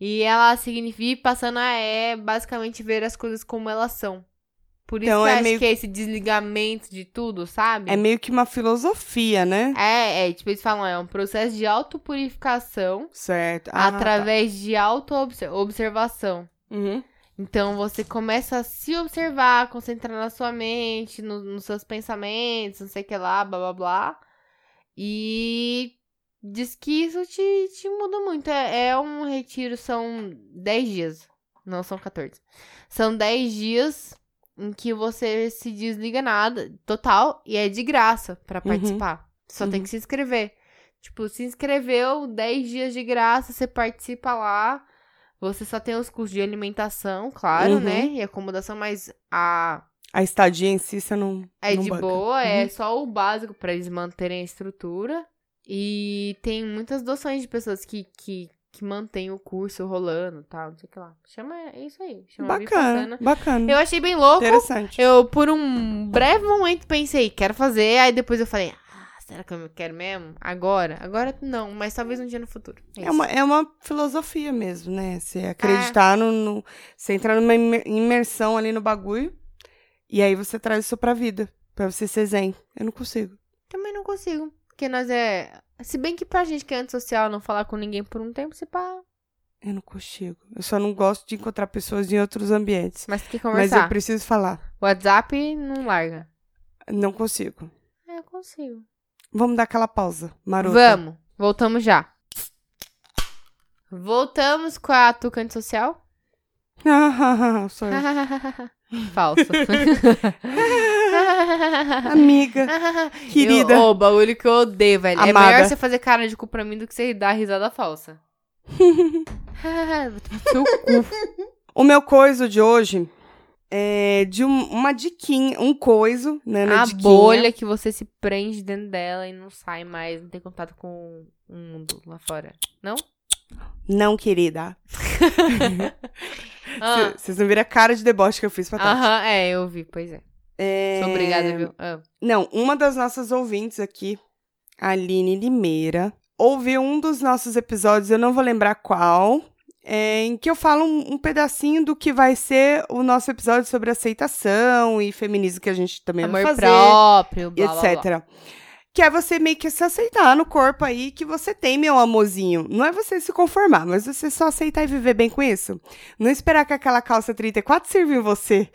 Speaker 1: E ela significa, Vipassana é basicamente ver as coisas como elas são. Por isso
Speaker 2: Então,
Speaker 1: que eu
Speaker 2: é
Speaker 1: acho
Speaker 2: meio-
Speaker 1: que é esse desligamento de tudo, sabe?
Speaker 2: é meio que uma filosofia, né?
Speaker 1: É, é, tipo, eles falam, é um processo de autopurificação
Speaker 2: Certo. Ah, tá.
Speaker 1: através de auto-observação.
Speaker 2: Uhum.
Speaker 1: Então você começa a se observar, concentrar na sua mente, no- nos seus pensamentos, não sei o que lá, blá blá blá. E diz que isso te, te muda muito. É, é um retiro, são 10 dias. Não são 14. São 10 dias em que você se desliga nada, total, e é de graça pra
Speaker 2: Uhum.
Speaker 1: participar. Só tem
Speaker 2: Uhum.
Speaker 1: que se inscrever. Tipo, se inscreveu, 10 dias de graça, você participa lá. Você só tem os custos de alimentação, claro,
Speaker 2: Uhum.
Speaker 1: né? E acomodação, mas a
Speaker 2: A estadia em si você não.
Speaker 1: é
Speaker 2: não
Speaker 1: de
Speaker 2: banca. Uhum.
Speaker 1: boa, é só o básico pra eles manterem a estrutura. E tem muitas doações de pessoas que, que, que mantêm o curso rolando, tal, não sei o que lá. Chama é isso aí, chama
Speaker 2: Bacana,
Speaker 1: Vipassana.
Speaker 2: bacana.
Speaker 1: Eu achei bem louco.
Speaker 2: Interessante.
Speaker 1: Eu, por um breve momento, pensei, quero fazer. Aí depois eu falei, ah, será que eu quero mesmo? Agora? Agora não, mas talvez um dia no futuro. É
Speaker 2: É
Speaker 1: isso.
Speaker 2: uma, é uma filosofia mesmo, né?
Speaker 1: É.
Speaker 2: Você acreditar no, no. Você entrar numa imer- imersão ali no bagulho. E aí você traz isso pra vida. Pra você ser zen. Eu não consigo.
Speaker 1: Também não consigo. Porque nós é. Se bem que pra gente que é antissocial não falar com ninguém por um tempo, se pá.
Speaker 2: Eu não consigo. Eu só não gosto de encontrar pessoas em outros ambientes.
Speaker 1: Mas tem que
Speaker 2: Mas eu
Speaker 1: conversar.
Speaker 2: preciso falar.
Speaker 1: WhatsApp não larga.
Speaker 2: Não consigo.
Speaker 1: É, eu consigo.
Speaker 2: Vamos dar aquela pausa, marota.
Speaker 1: Vamos, voltamos já. Voltamos com a Tuca Antissocial?
Speaker 2: Vamos. Sorry.
Speaker 1: Falso.
Speaker 2: Amiga, querida.
Speaker 1: Eu, ô, o bagulho que eu odeio, velho. É
Speaker 2: Amada.
Speaker 1: melhor você fazer cara de cu pra mim do que você dar risada falsa. Vai tomar no seu cu.
Speaker 2: O meu coiso de hoje é de um- uma diquinha, um coiso, né? na
Speaker 1: a
Speaker 2: diquinha.
Speaker 1: bolha que você se prende dentro dela e não sai mais, não tem contato com o mundo lá fora.
Speaker 2: Não, querida.
Speaker 1: Ah,
Speaker 2: Vocês não viram a cara de deboche que eu fiz pra Tati.
Speaker 1: Aham, é, eu vi, pois é.
Speaker 2: É,
Speaker 1: Sou obrigada, viu? Ah,
Speaker 2: Não, uma das nossas ouvintes aqui, a Aline Limeira, ouviu um dos nossos episódios, eu não vou lembrar qual, é, em que eu falo um, um pedacinho do que vai ser o nosso episódio sobre aceitação e feminismo que a gente também
Speaker 1: amor
Speaker 2: vai fazer.
Speaker 1: próprio,
Speaker 2: e
Speaker 1: blá, blá, blá.
Speaker 2: etc. Que é você meio que se aceitar no corpo aí que você tem, meu amorzinho. Não é você se conformar, mas você só aceitar e viver bem com isso. Não esperar que aquela calça 34 sirva em você,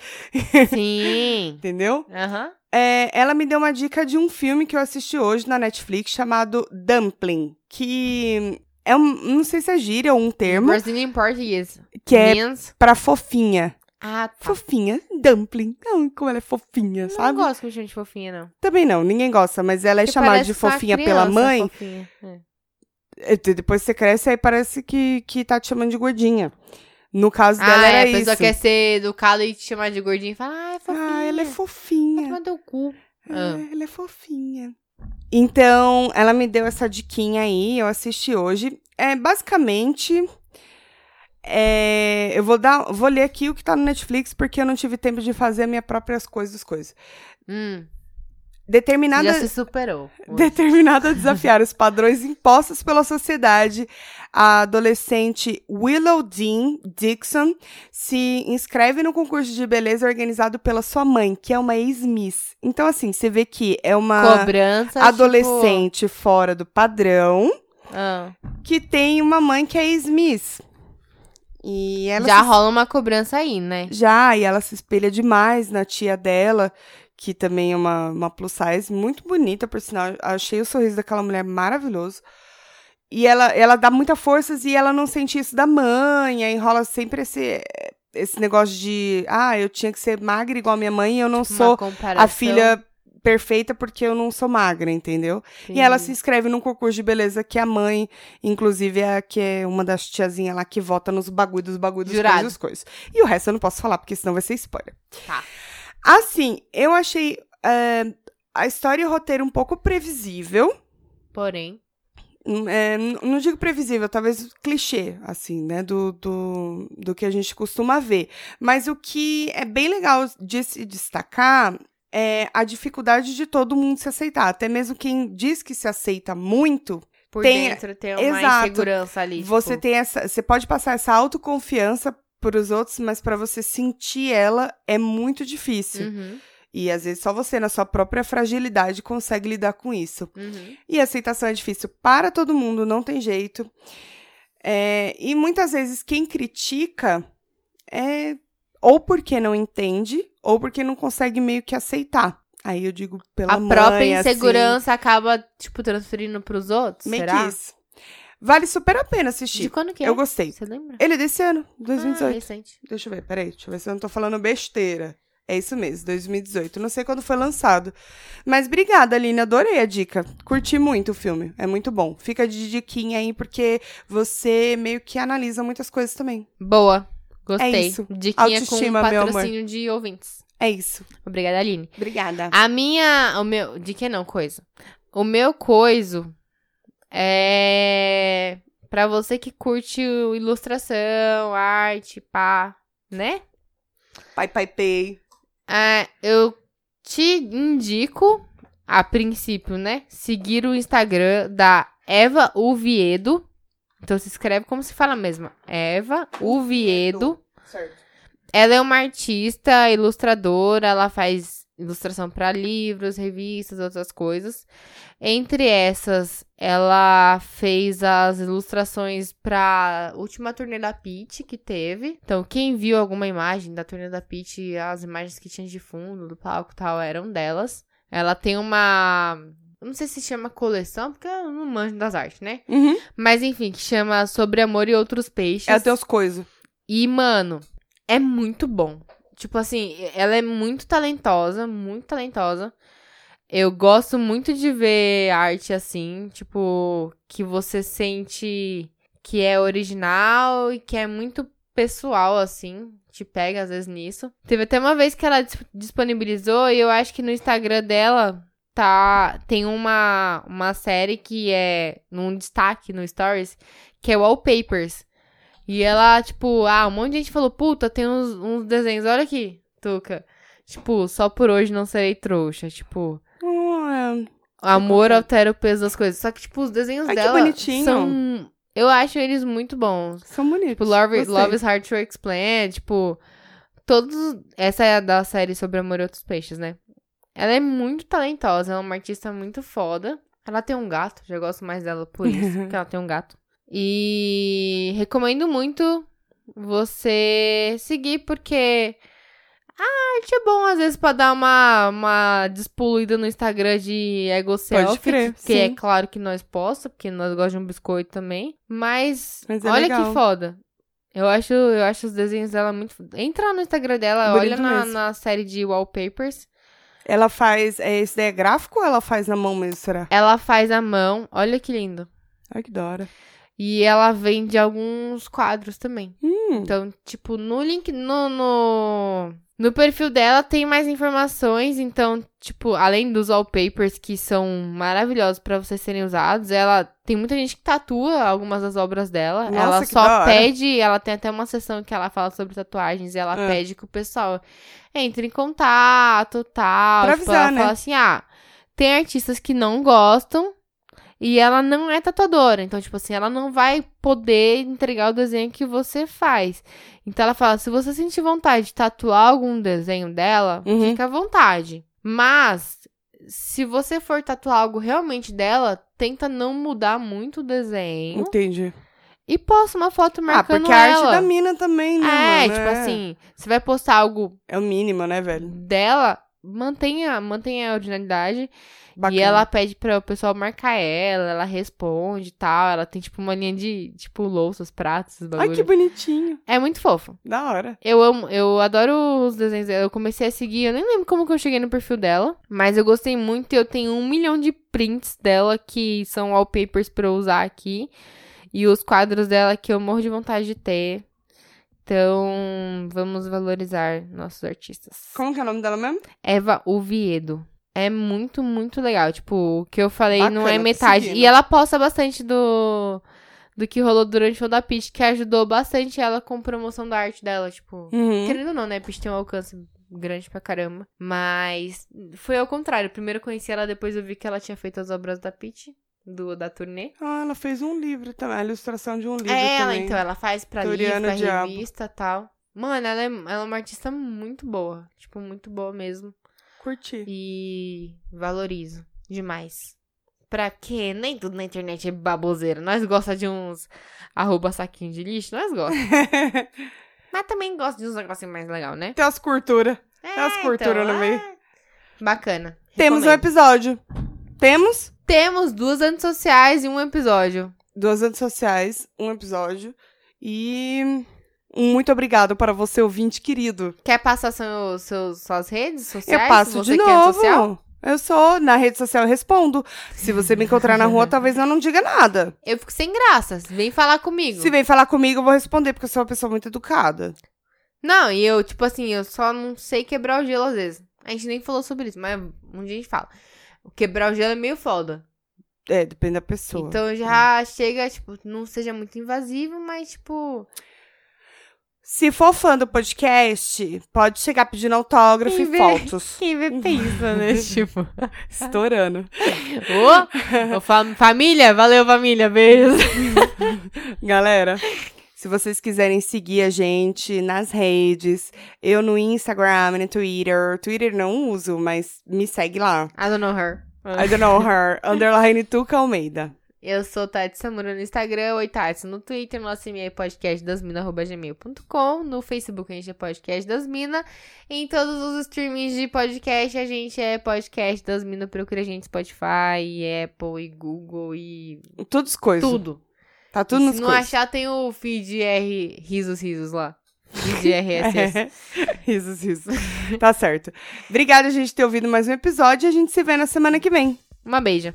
Speaker 1: Sim.
Speaker 2: entendeu?
Speaker 1: Aham.
Speaker 2: É, ela me deu uma dica de um filme que eu assisti hoje na Netflix chamado Dumpling, que é um, não sei se é gíria ou um termo,
Speaker 1: Brazilian Portuguese.
Speaker 2: que é
Speaker 1: Means-
Speaker 2: pra fofinha.
Speaker 1: Ah, tá.
Speaker 2: Fofinha, dumpling. Não, como ela é fofinha,
Speaker 1: Eu não
Speaker 2: sabe?
Speaker 1: gosto que me chame de fofinha, não.
Speaker 2: Também não, ninguém gosta, mas ela é
Speaker 1: Porque
Speaker 2: chamada
Speaker 1: parece
Speaker 2: de
Speaker 1: uma
Speaker 2: fofinha pela
Speaker 1: criança
Speaker 2: mãe.
Speaker 1: fofinha. É.
Speaker 2: É, de- Depois você cresce, aí parece que, que tá te chamando de gordinha. No caso dela
Speaker 1: Ah, é,
Speaker 2: era
Speaker 1: a pessoa
Speaker 2: isso.
Speaker 1: quer ser educada e te chamar de gordinho e falar, ah, é fofinha.
Speaker 2: Ah, ela é
Speaker 1: Vai
Speaker 2: fofinha.
Speaker 1: tomar teu cu. Ah.
Speaker 2: É, ela é fofinha. Então, ela me deu essa diquinha aí, eu assisti hoje. É, basicamente, é, eu vou dar, vou ler aqui o que tá no Netflix, porque eu não tive tempo de fazer minhas próprias coisas, coisas.
Speaker 1: Hum.
Speaker 2: Determinada,
Speaker 1: Já se superou.
Speaker 2: determinada a desafiar os padrões impostos pela sociedade, a adolescente Willow Dean Dixon se inscreve no concurso de beleza organizado pela sua mãe, que é uma ex-miss. Então, assim, você vê que é uma
Speaker 1: Cobrança. tipo,
Speaker 2: adolescente fora do padrão
Speaker 1: ah,
Speaker 2: que tem uma mãe que é ex-miss. E ela
Speaker 1: já
Speaker 2: se
Speaker 1: rola uma cobrança aí, né?
Speaker 2: Já, e ela se espelha demais na tia dela, que também é uma, uma plus size, muito bonita, por sinal. Achei o sorriso daquela mulher maravilhoso. E ela, ela dá muita forças e ela não sente isso da mãe, aí enrola sempre esse, esse negócio de, ah, eu tinha que ser magra igual a minha mãe e eu não
Speaker 1: Tipo, uma
Speaker 2: sou
Speaker 1: comparação.
Speaker 2: a filha perfeita porque eu não sou magra, entendeu? E ela se inscreve num concurso de beleza que a mãe, inclusive, é a que é uma das tiazinhas lá que vota nos bagulho dos bagulhos dos
Speaker 1: Jurado.
Speaker 2: coisas, dos coisas. E o resto eu não posso falar, porque senão vai ser spoiler.
Speaker 1: Tá.
Speaker 2: Assim, eu achei é, a história e o roteiro um pouco previsível.
Speaker 1: Porém.
Speaker 2: Hum, é, n- não digo previsível, talvez clichê, assim, né? Do, do, do que a gente costuma ver. Mas o que é bem legal de se destacar é a dificuldade de todo mundo se aceitar. Até mesmo quem diz que se aceita muito,
Speaker 1: Por
Speaker 2: Tem-
Speaker 1: dentro tem uma
Speaker 2: Exato.
Speaker 1: insegurança ali.
Speaker 2: você
Speaker 1: tipo,
Speaker 2: tem essa. Você pode passar essa autoconfiança para os outros, mas para você sentir ela é muito difícil.
Speaker 1: Uhum,
Speaker 2: E às vezes só você, na sua própria fragilidade, consegue lidar com isso.
Speaker 1: uhum.
Speaker 2: E a aceitação é difícil para todo mundo, não tem jeito. É, e muitas vezes quem critica é ou porque não entende, ou porque não consegue meio que aceitar. Aí eu digo pela
Speaker 1: A
Speaker 2: mãe,
Speaker 1: própria
Speaker 2: assim,
Speaker 1: insegurança acaba, tipo, transferindo pros outros?
Speaker 2: meio
Speaker 1: será?
Speaker 2: que isso. Vale super a pena
Speaker 1: De
Speaker 2: assistir.
Speaker 1: quando que é?
Speaker 2: Eu gostei.
Speaker 1: Você lembra?
Speaker 2: Ele é desse ano,
Speaker 1: Ah,
Speaker 2: 2018.
Speaker 1: recente.
Speaker 2: Deixa eu ver, peraí, deixa eu ver se eu não tô falando besteira. É isso mesmo, 2018. Não sei quando foi lançado. Mas obrigada, Aline, adorei a dica. Curti muito o filme, é muito bom. Fica de diquinha aí, porque você meio que analisa muitas coisas também.
Speaker 1: Boa. Gostei.
Speaker 2: É isso.
Speaker 1: Diquinha
Speaker 2: Autoestima,
Speaker 1: com
Speaker 2: meu amor.
Speaker 1: patrocínio de ouvintes.
Speaker 2: É isso.
Speaker 1: Obrigada, Aline.
Speaker 2: Obrigada.
Speaker 1: A minha. O meu. De que não, coisa? O meu coiso é. Pra você que curte o- ilustração, arte, pá, né?
Speaker 2: Pai, pai, pei.
Speaker 1: Ah, eu te indico, a princípio, né? Seguir o Instagram da Eva Uviedo. Então se escreve como se fala mesmo. Eva Uviedo.
Speaker 2: Certo.
Speaker 1: Ela é uma artista, ilustradora, ela faz ilustração para livros, revistas, outras coisas. Entre essas, ela fez as ilustrações para última turnê da Peach que teve. Então, quem viu alguma imagem da turnê da Peach, as imagens que tinha de fundo do palco e tal eram delas. Ela tem uma, eu não sei se chama coleção, porque eu não manjo das artes, né?
Speaker 2: Uhum.
Speaker 1: Mas enfim, que chama Sobre Amor e Outros Peixes.
Speaker 2: É teus coisas.
Speaker 1: E, mano, é muito bom. Tipo assim, ela é muito talentosa, muito talentosa. Eu gosto muito de ver arte assim, tipo, que você sente que é original e que é muito pessoal, assim. Te pega às vezes nisso. Teve até uma vez que ela dis- disponibilizou e eu acho que no Instagram dela tá tem uma, uma série que é num destaque no Stories, que é Wallpapers. E ela, tipo, ah, um monte de gente falou, puta, tem uns, uns desenhos, olha aqui, Tuca. Tipo, só por hoje não serei trouxa. Tipo,
Speaker 2: Ah,
Speaker 1: amor altera o peso das coisas. Só que, tipo, os desenhos
Speaker 2: Ai, que
Speaker 1: dela
Speaker 2: bonitinho.
Speaker 1: são. Eu acho eles muito bons.
Speaker 2: são bonitos.
Speaker 1: Tipo, Love,
Speaker 2: Gostei.
Speaker 1: Love is Hard to Explain, tipo, todos... Essa é a da série sobre Amor e Outros Peixes, né? Ela é muito talentosa, ela é uma artista muito foda. Ela tem um gato, já gosto mais dela por isso, porque ela tem um gato. E recomendo muito você seguir, porque a arte é bom, às vezes, pra dar uma, uma despoluída no Instagram de ego selfie.
Speaker 2: crer,
Speaker 1: que é
Speaker 2: sim.
Speaker 1: claro que nós possa, porque nós gostamos de um biscoito também. Mas,
Speaker 2: Mas é
Speaker 1: olha
Speaker 2: legal.
Speaker 1: que foda. Eu acho, eu acho os desenhos dela muito. foda. Entra no Instagram dela,
Speaker 2: Bonito
Speaker 1: olha na,
Speaker 2: mesmo.
Speaker 1: na série de wallpapers.
Speaker 2: Ela faz. É, esse daí é gráfico ou ela faz na mão mesmo, será?
Speaker 1: Ela faz a mão, olha que lindo.
Speaker 2: Ai, que da hora.
Speaker 1: E ela vende alguns quadros também.
Speaker 2: Hum.
Speaker 1: Então, tipo, no link. No, no, no perfil dela tem mais informações. Então, tipo, além dos wallpapers que são maravilhosos pra vocês serem usados, ela tem muita gente que tatua algumas das obras dela.
Speaker 2: Nossa,
Speaker 1: ela
Speaker 2: que
Speaker 1: só
Speaker 2: da hora.
Speaker 1: pede. Ela tem até uma sessão que ela fala sobre tatuagens e ela
Speaker 2: Ah.
Speaker 1: pede que o pessoal entre em contato tal.
Speaker 2: Pra
Speaker 1: tipo,
Speaker 2: avisar,
Speaker 1: ela
Speaker 2: né?
Speaker 1: fala assim: ah. Tem artistas que não gostam e ela não é tatuadora. Então, tipo assim, ela não vai poder entregar o desenho que você faz. Então ela fala: se você sentir vontade de tatuar algum desenho dela,
Speaker 2: Uhum.
Speaker 1: fica à vontade. Mas se você for tatuar algo realmente dela, tenta não mudar muito o desenho.
Speaker 2: Entendi.
Speaker 1: E posta uma foto
Speaker 2: Ah,
Speaker 1: marcando
Speaker 2: porque a arte
Speaker 1: ela.
Speaker 2: da mina também, né?
Speaker 1: é,
Speaker 2: mano?
Speaker 1: tipo assim, você vai postar algo
Speaker 2: É o mínimo, né, velho?
Speaker 1: dela, mantenha, mantenha a originalidade.
Speaker 2: Bacana.
Speaker 1: E ela pede pra o pessoal marcar ela, ela responde e tal. Ela tem, tipo, uma linha de, tipo, louças, pratos, esses
Speaker 2: Ai,
Speaker 1: bagulho.
Speaker 2: que bonitinho.
Speaker 1: É muito fofo.
Speaker 2: Da hora.
Speaker 1: Eu amo, eu adoro os desenhos dela. Eu comecei a seguir, eu nem lembro como que eu cheguei no perfil dela. Mas eu gostei muito e eu tenho um milhão de prints dela que são wallpapers pra eu usar aqui. E os quadros dela que eu morro de vontade de ter. Então, vamos valorizar nossos artistas.
Speaker 2: Como que é o nome dela mesmo?
Speaker 1: Eva Oviedo. É muito, muito legal. Tipo, o que eu falei não é
Speaker 2: Bacana, tô
Speaker 1: metade.
Speaker 2: seguindo.
Speaker 1: E ela posta bastante do do que rolou durante o show da Peach, que ajudou bastante ela com promoção da arte dela, tipo.
Speaker 2: Uhum.
Speaker 1: Querendo ou não, né? A Peach tem um alcance grande pra caramba. Mas foi ao contrário. Primeiro eu conheci ela, depois eu vi que ela tinha feito as obras da Peach, do, da turnê.
Speaker 2: Ah, ela fez um livro também. A ilustração de um livro
Speaker 1: É ela,
Speaker 2: também.
Speaker 1: então, ela faz pra livro,
Speaker 2: Toriano
Speaker 1: pra
Speaker 2: Diabo.
Speaker 1: revista e tal. Mano, ela é, ela é uma artista muito boa. Tipo, muito boa mesmo.
Speaker 2: Curti.
Speaker 1: E valorizo demais. Pra quê? Nem tudo na internet é baboseira. Nós gosta de uns arroba saquinho de lixo, nós gosta. Mas também gosta de uns negocinhos mais legal, né?
Speaker 2: Tem as culturas.
Speaker 1: É,
Speaker 2: as culturas no
Speaker 1: ah,
Speaker 2: meio.
Speaker 1: Bacana.
Speaker 2: Temos um
Speaker 1: Recomendo.
Speaker 2: episódio. Temos
Speaker 1: Temos duas antissociais e um episódio.
Speaker 2: duas redes sociais, um episódio. E um muito obrigado para você, ouvinte querido.
Speaker 1: Quer passar seu, seus, suas redes sociais?
Speaker 2: eu passo
Speaker 1: você
Speaker 2: de
Speaker 1: que é antissocial?
Speaker 2: novo. Eu sou, na rede social eu respondo. Se você me encontrar na rua, talvez eu não diga nada.
Speaker 1: Eu fico sem graça. Vem falar comigo.
Speaker 2: Se vem falar comigo, eu vou responder, porque eu sou uma pessoa muito educada.
Speaker 1: Não, e eu, tipo assim, eu só não sei quebrar o gelo às vezes. A gente nem falou sobre isso, mas um dia a gente fala. Quebrar o gelo é meio foda.
Speaker 2: É, depende da pessoa.
Speaker 1: Então já chega, tipo, não seja muito invasivo, mas, tipo,
Speaker 2: Se for fã do podcast, pode chegar pedindo autógrafo
Speaker 1: Quem
Speaker 2: e
Speaker 1: vê-
Speaker 2: fotos.
Speaker 1: quem vê pensa, né? tipo,
Speaker 2: Estourando.
Speaker 1: ô, ô, fa- família, valeu família, beijos.
Speaker 2: Galera, se vocês quiserem seguir a gente nas redes, eu no Instagram, no Twitter. Twitter não uso, mas me segue lá.
Speaker 1: I don't know her.
Speaker 2: I don't know her. Underline Tuca Almeida.
Speaker 1: Eu sou Tati Samura no Instagram, oi Tati no Twitter, nosso e-mail é podcastdasmina.gmail.com, no Facebook a gente é Podcast das Mina, em todos os streamings de podcast a gente é Podcast das Mina, procura a gente Spotify, e Apple e Google e
Speaker 2: Tudo as coisas.
Speaker 1: tudo.
Speaker 2: Tá
Speaker 1: E
Speaker 2: tudo nos
Speaker 1: Se não
Speaker 2: coisas.
Speaker 1: achar tem o feed R, risos risos lá, feed RSS.
Speaker 2: É. risos, risos. Tá certo. Obrigada, gente, por ter ouvido mais um episódio e a gente se vê na semana que vem.
Speaker 1: Uma beija.